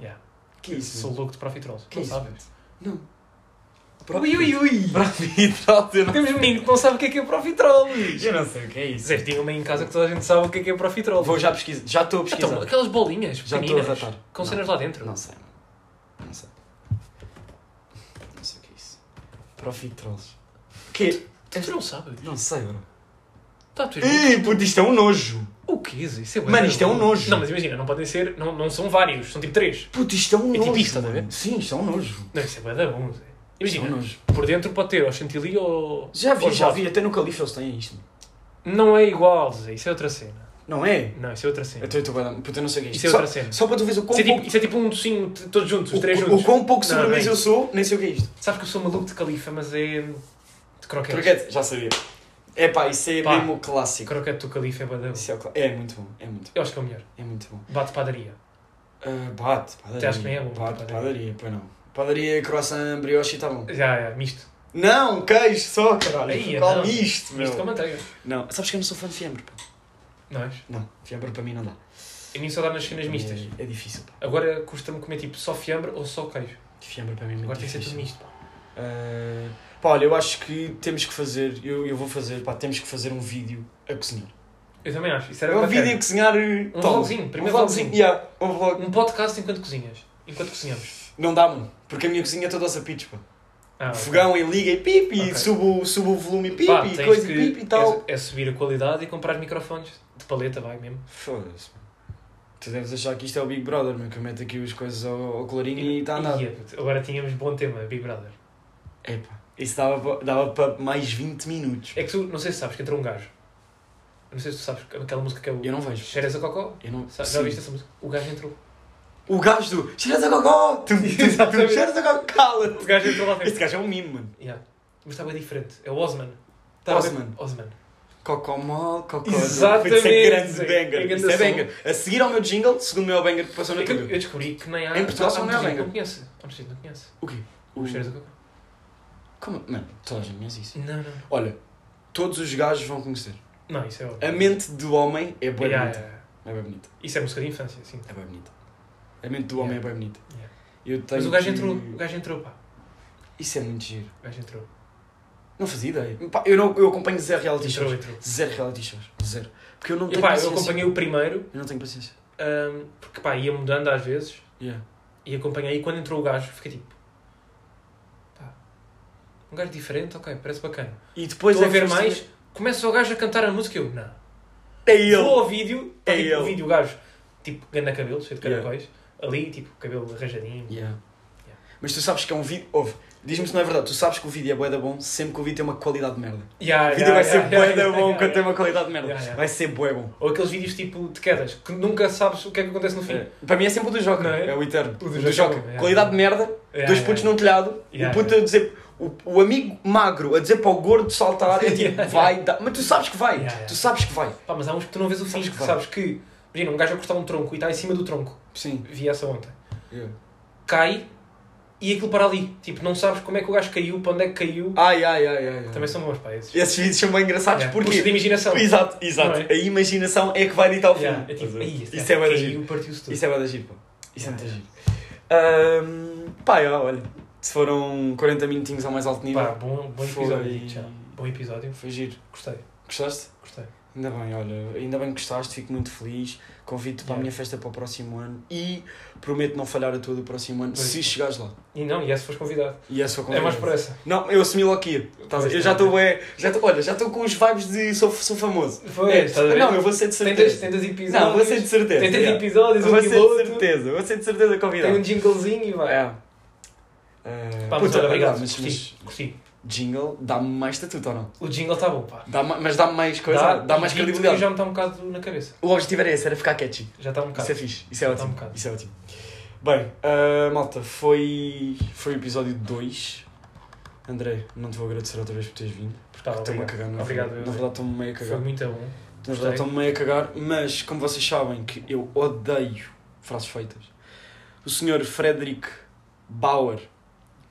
Yeah. Que isso? Sou louco de profiteroles. Que Não isso, sabes? Não. Ui, ui, (laughs) ui! Profiteroles, eu não- Temos menino que não sabe o que é que é profiteroles! Eu não sei o que é isso. Zé, tinha uma em casa que toda a gente sabe o que é que é profiterole. Vou já pesquisar. Já estou a pesquisar. Então, aquelas bolinhas Já pequeninas estou a datar. com Não. cenas lá dentro. Não sei. Não sei. Não sei o que é isso. Profiteroles. Que? Tu não sabes? Não sei, bro. Tá, tu és louco. Ih, puto, isto é um nojo. O que é isso? Isso é bué Mano, da isto é um louco. nojo. Não, mas imagina, não podem ser, não, não são vários, são tipo três. Puto, isto é um É nojo. tipo isto, estás a mano. ver? Sim, isto é um nojo. Não, isso é bué da bom, Zé. Isto é um Imagina, nojo. por dentro pode ter ou chantilly ou... Já vi, ou já gelado. vi. Até no Califa eles têm isto. Não é igual, Zé, isso é outra cena. Não é? Não, isso é outra cena. Eu estou a Puto, eu não sei o que é Isso isto. é outra Só- cena. Só para tu veres o quão Isso é, tipo, pouco... isso é tipo um docinho, de- todos juntos, os três o- juntos. O quão pouco Não, sobremesa bem. eu sou, nem sei o que é isto. Sabes que eu sou maluco de califa, mas é... De croquete. Croquete, já sabia. É pá, isso é Pá. mesmo o clássico. Croquete do califa é bué da bom. Isso é, o clá- é muito bom, é muito bom, Eu acho que é o melhor. é muito bom. Bate padaria. Ah, bate, padaria. Até acho que nem é bom, Bate, padaria. padaria, pois não. Padaria, croissant, brioche e tá bom. Já, já, misto. Não, queijo só, caralho. Aí, Qual não. é um- misto, meu? Misto com manteiga. Não, sabes que eu não sou fã de fiambre, pá. Não és? Não, fiambre para mim não dá. Eu nem só dá nas cenas mistas. É, é difícil, pá. Agora custa-me comer tipo só fiambre ou só queijo. Fiambre para mim é muito Agora tem que difícil. ser tudo misto, pá. Ah, pá, olha, eu acho que temos que fazer, eu, eu vou fazer, pá, temos que fazer um vídeo a cozinhar. Eu também acho. Isso É era um bacana. vídeo a cozinhar... Um vlogzinho, primeiro vlogzinho. Yeah, um vlog. Um podcast enquanto cozinhas. Enquanto cozinhamos. Não dá, mano. Porque a minha cozinha é toda aos apitos, pá. Ah, ok. Fogão e liga e pipi, Ok. subo, subo o volume e pipi, Pá, tens coisa que- e pipi e tal. É, é subir a qualidade e comprar microfones de paleta, vai mesmo. Foda-se. mano. Tu deves achar que isto é o Big Brother, meu, que eu meto aqui as coisas ao, ao colorinho e tá tá está a nada. Ia, puto, agora tínhamos bom tema, Big Brother. Epá, isso dava para dava pa mais 20 minutos. É que tu, não sei se sabes, que entrou um gajo. Não sei se tu sabes aquela música que é o. Eu não vejo. Cheiras a cocó? Eu não... Sa- Já Sim. viste essa música? O gajo entrou. O gajo do cheiras a cocó! Tu, tu, tu, Exatamente. cheiras a cocó! Cala-te! O gajo entrou lá Este dentro. gajo é um mimo, mano. Yeah. Mas estava diferente. É o Osman. Osman. Osman. Cocó mal, cocó Exatamente. Isso é grande banger. Grande Isso é som. banger. A seguir ao meu jingle, segundo o meu banger que passou na É que Eu TV. eu descobri que nem há. Em Portugal há só não é muita gente lenga. que Não conhece. Há muita gente que não conhece. O quê? O Cheiras a cocó? Como? Mano, toda a gente conhece isso. Não, não. Olha, todos os gajos vão conhecer. Não, isso é óbvio. A mente do homem é bem Yeah, bonita. yeah, yeah. É bem bonita. Isso é música de infância, sim. É bem bonita. A mente do homem Yeah. é bem bonita. Yeah. Eu tenho Mas o gajo que- entrou, o gajo entrou, pá. Isso é muito giro. O gajo entrou. Não fazia ideia. Pá, eu, não, eu acompanho zero reality Entrou, shows. entrou. Zero reality shows. Zero. Porque eu não E tenho pá, eu paciência. acompanhei o primeiro, Eu não tenho paciência. hum, porque pá, ia mudando às vezes, Yeah. e acompanhei, e quando entrou o gajo, fiquei tipo... Pá, um gajo diferente, ok, parece bacana. E depois Estou a é ver que- mais, começa o gajo a cantar a música, eu, não. É Vou ele. ao vídeo, tá, É tipo, ele. o vídeo, o gajo, tipo, ganda cabelo, cheio de Yeah. caracóis, ali, tipo, cabelo arranjadinho. Yeah. Mas tu sabes que é um vídeo. Ouve, diz-me se não é verdade. Tu sabes que o vídeo é bué da bom sempre que o vídeo tem uma qualidade de merda. Yeah, O vídeo yeah, vai yeah, ser bué yeah, da yeah, bom yeah, quando tem yeah. uma qualidade de merda. Yeah, yeah. Vai ser bué bom. Ou aqueles vídeos, tipo, de quedas, que nunca sabes o que é que acontece no fim. É. Para mim é sempre o do Joca, Não é? é? o eterno. O O do do Joca, Joca. é. Qualidade de merda, Yeah, dois yeah, putos yeah. num telhado, Yeah, o puto a dizer. O, o amigo magro a dizer para o gordo saltar, (laughs) é tipo, vai, dá. Mas tu sabes que vai, Yeah, yeah. tu sabes que vai. Pá, mas há uns que tu não vês o fim, Sabes que que vai. sabes que... Imagina, um gajo a cortar um tronco e está em cima do tronco. Sim. Vi essa ontem. Cai e aquilo para ali. Tipo, não sabes como é que o gajo caiu, para onde é que caiu. Ai, ai, ai, ai. ai. Também são bons, pá, esses. Esses vídeos são bem engraçados Yeah. Puxa de porque. imaginação. Exato, exato. Não é? A imaginação é que vai ditar o filme. Yeah, é tipo, "Ei, Isso esse é gajo bué da giro. caiu, partiu-se tudo. Isso é bué da giro, pá. Isso é muito Yeah, giro. Ahm, Pá, ó, olha. Se foram 40 minutinhos ao mais alto nível, Pá, bom, bom é Foi- episódio. digo-te já. Bom episódio. foi giro. Gostei, Gostaste? gostei. Ainda bem, olha, ainda bem que gostaste, fico muito feliz. Convido-te para Yeah. a minha festa para o próximo ano e prometo não falhar a tua do próximo ano Pois. se chegares lá. E não, e essa foste convidado. E é só É mais por essa. tá Não, eu assumi logo que ia. Estás a ver? Eu já estou, é, já estou, olha, já estou com os vibes de sou, sou famoso. Foi, É, estás a ver? Não, eu vou ser de Tem dois, certeza. tem dois episódios. Não, vou ser de certeza. Tem dois yeah. episódios, um Vou ser de piloto. certeza, vou ser de certeza Tem um convidado. jinglezinho e vai. É. Eh, Pá, mas puta, olha, obrigado. mas- Curti, mas curti. jingle dá-me mais estatuto ou não? O jingle está bom, pá. Dá ma- mas dá-me mais coisa, dá, e mais digo-te que credibilidade. Já me está um bocado na cabeça. O objetivo era esse, era ficar catchy. Já está um bocado. Isso é fixe, isso é Tá um ótimo. bocado. isso é ótimo. Bem, ah, malta, foi, foi o episódio 2. André, não te vou agradecer outra vez por teres vindo. Porque estava Estou-me a obrigado. cagar, na Obrigado, verdade. eu- Na verdade, estou-me meio a Foi cagar. muito bom. Na Gostei. verdade, estou-me meio a cagar, mas como vocês sabem que eu odeio frases feitas, o senhor Frederick Bauer,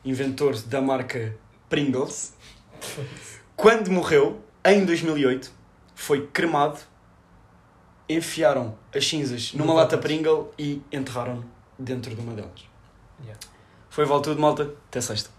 inventor da marca Pringles, quando morreu, em 2008, foi cremado, enfiaram as cinzas numa No lata pacote. Pringle e enterraram no dentro de uma delas. Yeah. Foi vale tudo, malta. Até sexta.